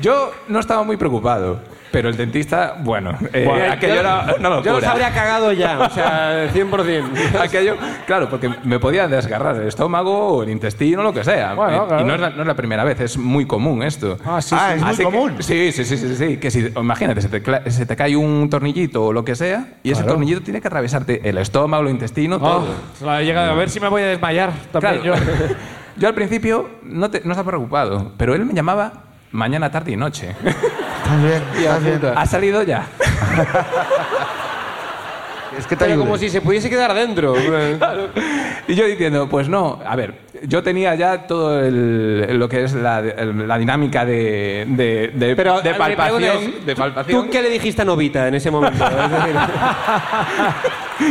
yo no estaba muy preocupado, pero el dentista, bueno, eh, Buah. aquello era una Yo los locura. habría cagado ya, o sea, 100%. Aquello, claro, porque me podía desgarrar el estómago o el intestino, lo que sea. Bueno, Eh, claro. Y no es, la, no es la primera vez, es muy común esto. Ah, sí, Ah, sí. es muy Así que- común. sí, sí, sí, sí, sí, Que si, imagínate, se te, cla- se te cae un tornillito o lo que sea, y ese tornillito tiene que atravesarte el estómago, el intestino, todo. Ah, la Oh, llega a ver si me voy a desmayar también Claro. yo. Yo al principio no, te- no estaba preocupado, pero él me llamaba mañana, tarde y noche. Estás bien, estás bien. ha salido ya. Es que te Pero ayude. como si se pudiese quedar dentro. Y yo diciendo, pues no, a ver, yo tenía ya todo el- lo que es la, el- la dinámica de, de, de- Pero de mi pregunta palpación. es, De palpación. ¿Tú qué le dijiste a Novita en ese momento? Es decir,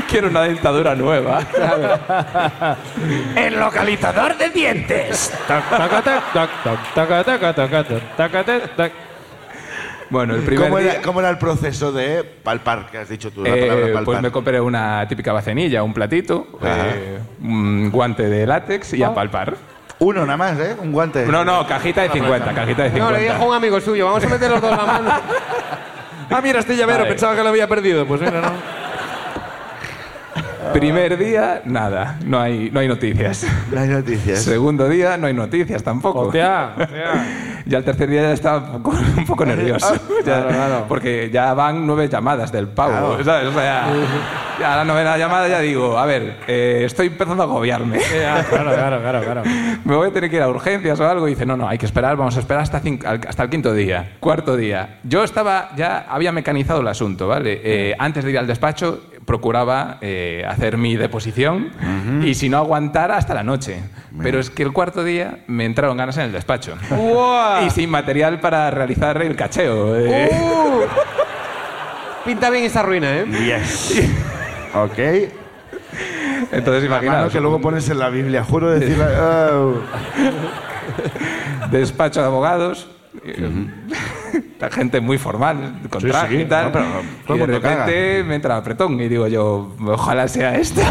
Quiero una dentadura nueva. ¡El localizador de dientes! Tac, taca, tac, tac, tac, taca, taca, taca, tac, taca, tac, tac. Bueno, el primer ¿Cómo día... era, cómo era el proceso de palpar que has dicho tú? La eh, palabra palpar. pues me compré una típica bacenilla, un platito, Ajá. eh, un guante de látex y a palpar. Uno nada más, ¿eh? Un guante. No, no, cajita de 50, cajita de No, le 50. dijo a un amigo suyo, vamos a meter los dos la mano. Ah, mira, este llavero, Vale. pensaba que lo había perdido. Pues mira, no. Primer día, nada, no hay, no hay noticias. No hay noticias. Segundo día, no hay noticias tampoco. Hostia, Ya el tercer día ya estaba un poco, un poco nervioso. Ah, Ya- Porque ya van nueve llamadas del pavo. ¿sabes? O sea, ya la novena llamada ya digo, a ver, eh, estoy empezando a agobiarme. Claro, claro, claro, claro. Me voy a tener que ir a urgencias o algo. Y dice, no, no, hay que esperar, vamos a esperar hasta, cin- al- hasta el quinto día. Cuarto día. Yo estaba, ya había mecanizado el asunto, ¿vale? Eh, antes de ir al despacho, procuraba eh, hacer mi deposición y si no aguantara hasta la noche. Pero es que el cuarto día me entraron ganas en el despacho. ¡Guau! Y sin material para realizar el cacheo. eh. ¡Uh! Pinta bien esa ruina, ¿eh? Yes. ok. Entonces, Mano imaginaos, que luego pones en la Biblia, juro decirla. Oh. despacho de abogados, eh, la gente muy formal, con traje y tal. No, pero todo y el de mundo caga. repente me entra apretón y digo yo, ojalá sea esta.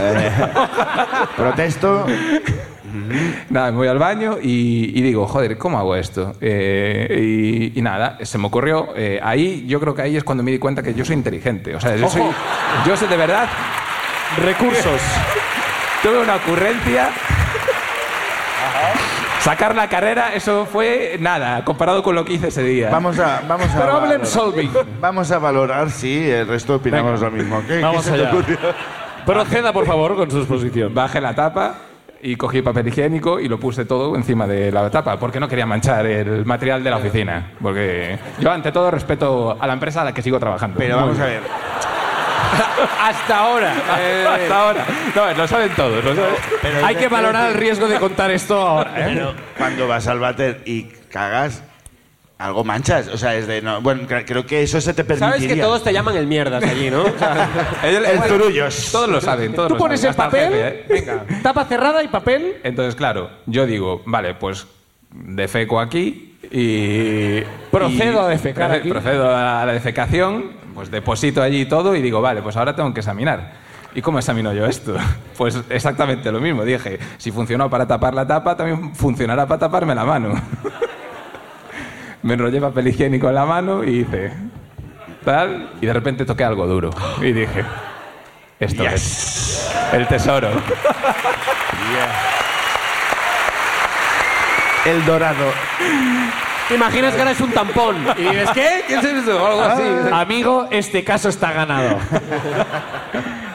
Protesto. nada, me voy al baño y, y digo, joder, ¿cómo hago esto? Eh, y, y nada, se me ocurrió, eh, ahí yo creo que ahí es cuando me di cuenta que yo soy inteligente. O sea, yo soy, Ojo. yo sé de verdad... Recursos. Tuve una ocurrencia. Sacar la carrera, eso fue nada, comparado con lo que hice ese día. Vamos a, vamos a Problem valorar. solving. Vamos a valorar si el resto opinamos Venga. lo mismo. ¿Qué- Vamos qué se te allá. ocurrió? Proceda, por favor, con su exposición. Bajé la tapa y cogí papel higiénico y lo puse todo encima de la tapa, porque no quería manchar el material de la oficina. Porque yo, ante todo, respeto a la empresa a la que sigo trabajando. Pero Muy vamos a bien. ver. Hasta ahora. Eh, Hasta ahora. No, lo saben todos. lo saben. Pero Hay que valorar el riesgo de contar esto ahora. ¿eh? Pero cuando vas al váter y cagas, algo manchas. O sea, es de. No, bueno, cre- creo que eso se te permitiría. Sabes que todos te llaman el mierdas allí, ¿no? O sea, El- El el- turullos. Todos lo saben. Todos Tú lo pones saben, el hasta papel. jefe, ¿eh? Venga. tapa cerrada y papel. Entonces, claro, yo digo, vale, pues defeco aquí y... Procedo y- a defecar proce- aquí. Procedo a la defecación, pues deposito allí todo y digo, vale, pues ahora tengo que examinar. ¿Y cómo examino yo esto? Pues exactamente lo mismo. Dije, si funcionó para tapar la tapa, también funcionará para taparme la mano. Me enrollé papel higiénico en la mano y hice tal, y de repente toqué algo duro. Y dije, esto es el tesoro. El dorado. Te imaginas que ahora es un tampón. Y dices, ¿qué? ¿Qué es eso? O algo así. Amigo, este caso está ganado.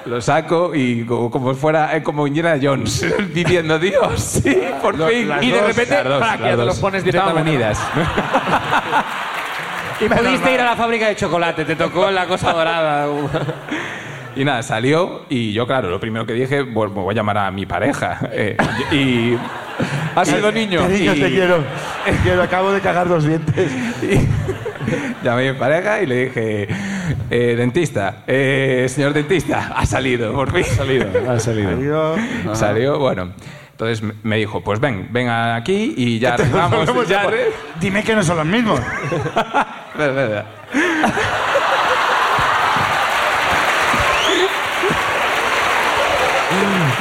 Lo saco y como, como fuera eh, como Indiana Jones diciendo Dios, sí, por fin. y de repente, ¡pra! que ya te los pones directamente. Y pudiste ir a la fábrica de chocolate, te tocó la cosa dorada. Y nada, salió y yo, claro, lo primero que dije, bueno, voy a llamar a mi pareja. eh, y ha sido niño. Cariño, y- te quiero. Te quiero, acabo de cagar dos dientes. y- Llamé a mi pareja y le dije, eh, dentista, eh, señor dentista, ha salido, por fin. Ha salido. Salió. Salió, bueno. Entonces me- me dijo, pues ven, ven aquí y ya arreglamos. ya arre- Dime que no son los mismos. Espera, espera, espera.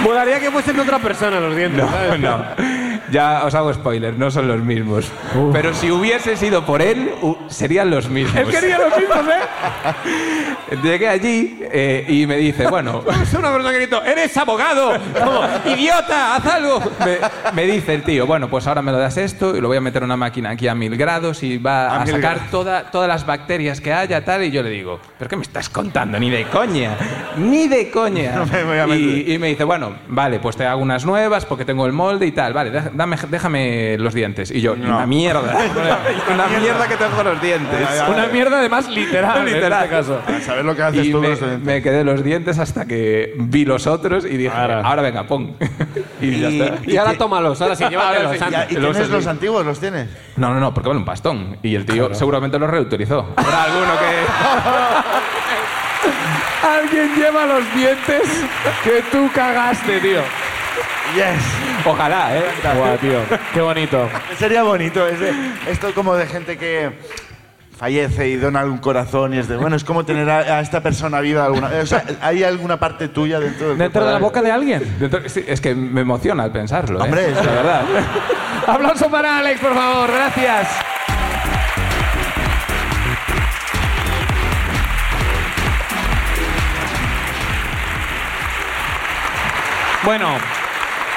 Molaría que fuesen de otra persona los dientes. No, no. Ya os hago spoiler, no son los mismos. Pero si hubiese sido por él, hu- serían los mismos. Él quería los mismos, ¿eh? Llegué allí eh, y me dice, bueno... Es una persona que gritó, ¡eres abogado! Como, ¡Idiota! ¡Haz algo! Me, me dice el tío, bueno, pues ahora me lo das esto y lo voy a meter en una máquina aquí a mil grados y va A a, mil sacar grados. toda, todas las bacterias que haya, tal. Y yo le digo, ¿pero qué me estás contando? Ni de coña, ni de coña. No me voy a meter. y, y me dice, bueno, vale, pues te hago unas nuevas porque tengo el molde y tal. Vale, dej- dame- déjame los dientes. Y yo, una mierda. una mierda que tengo los dientes. Una mierda, además, literal, en Literal. este caso. A saber lo que haces Y tú con me, los dientes. me quedé los dientes hasta que vi los otros y dije, Ahora. ahora, venga, pon. y ya Y- está. Y ahora tómalos, ahora sí, llévatelos. sí, anda. Ya, ¿Y Los tienes los sentí. antiguos? ¿Los tienes? No, no, no, porque vale un pastón. Y el tío seguramente lo reutilizó. Habrá alguno que. Alguien lleva los dientes que tú cagaste, tío. Yes. Ojalá, ¿eh? Guau, tío. Qué bonito. Sería bonito. Ese, esto como de gente que fallece y dona un corazón y es de, bueno, es como tener a, a esta persona viva alguna O sea, ¿hay alguna parte tuya dentro del ¿Dentro cuerpo de la boca de alguien? Dentro- sí, es que me emociona al pensarlo. ¿eh? Hombre, es- la verdad. Aplauso para Alex, por favor. Gracias. Bueno,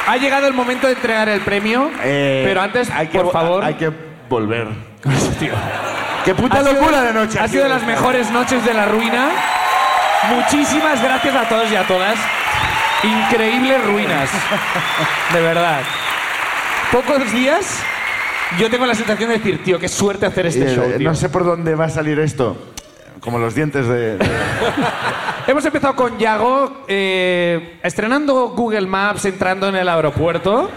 ha llegado el momento de entregar el premio, Eh, pero antes, hay que por vo- favor, Hay que volver. este Tío. ¡Qué puta Ha sido- locura de noche! Ha sido de las mejores noches de la ruina. Muchísimas gracias a todos y a todas. Increíbles ruinas. De verdad. Pocos días yo tengo la sensación de decir, tío, qué suerte hacer Eh, este show. eh, tío. no sé por dónde va a salir esto. Como los dientes de. de- Hemos empezado con Yago eh, estrenando Google Maps, entrando en el aeropuerto.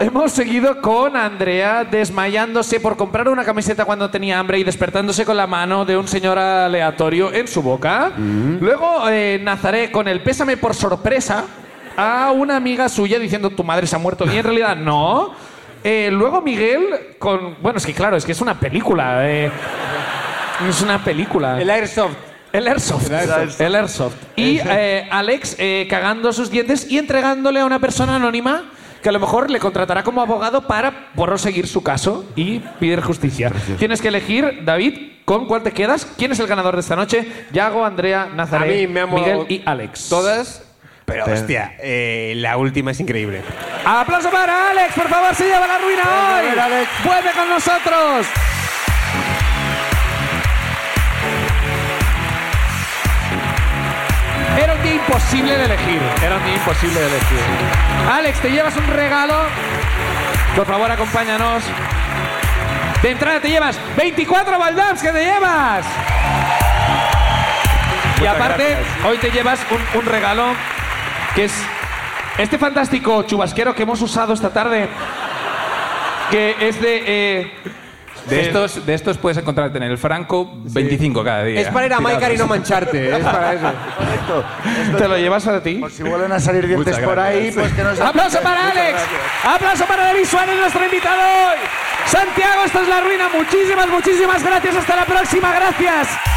Hemos seguido con Andrea desmayándose por comprar una camiseta cuando tenía hambre y despertándose con la mano de un señor aleatorio en su boca. Luego eh, Nazaré con el pésame por sorpresa a una amiga suya diciendo tu madre se ha muerto y en realidad no. Eh, luego Miguel con... Bueno, es que claro, es que es una película. eh. es una película. El airsoft. El Airsoft. El Airsoft. Y eh, Alex eh, cagando sus dientes y entregándole a una persona anónima que a lo mejor le contratará como abogado para proseguir su caso y pedir justicia. Tienes que elegir, David, con cuál te quedas. ¿Quién es el ganador de esta noche? Yago, Andrea, Nazaré, A mí me han molado Miguel y Alex. todas, pero Pero- hostia, eh, la última es increíble. Aplauso para Alex, por favor, se lleva la ruina hoy. Vuelve con nosotros. Era un día imposible de elegir. Era un día imposible de elegir. Alex, te llevas un regalo. Por favor, acompáñanos. De entrada te llevas 24 Valdams que te llevas. y aparte, hoy te llevas un, un regalo que es este fantástico chubasquero que hemos usado esta tarde. Que es de. eh, De, eh, estos, de estos puedes encontrarte en el Franco 25 cada día. Es para ir a Maikar y no mancharte, es para eso. Correcto. Esto- Te lo llevas para ti. Por si vuelven a salir dientes Muchas por ahí, gracias. pues que no se- ¡Aplauso para Muchas Alex! gracias. ¡Aplauso para David Suárez, nuestro invitado hoy! Santiago, esta es la ruina. Muchísimas, muchísimas gracias. Hasta la próxima. Gracias.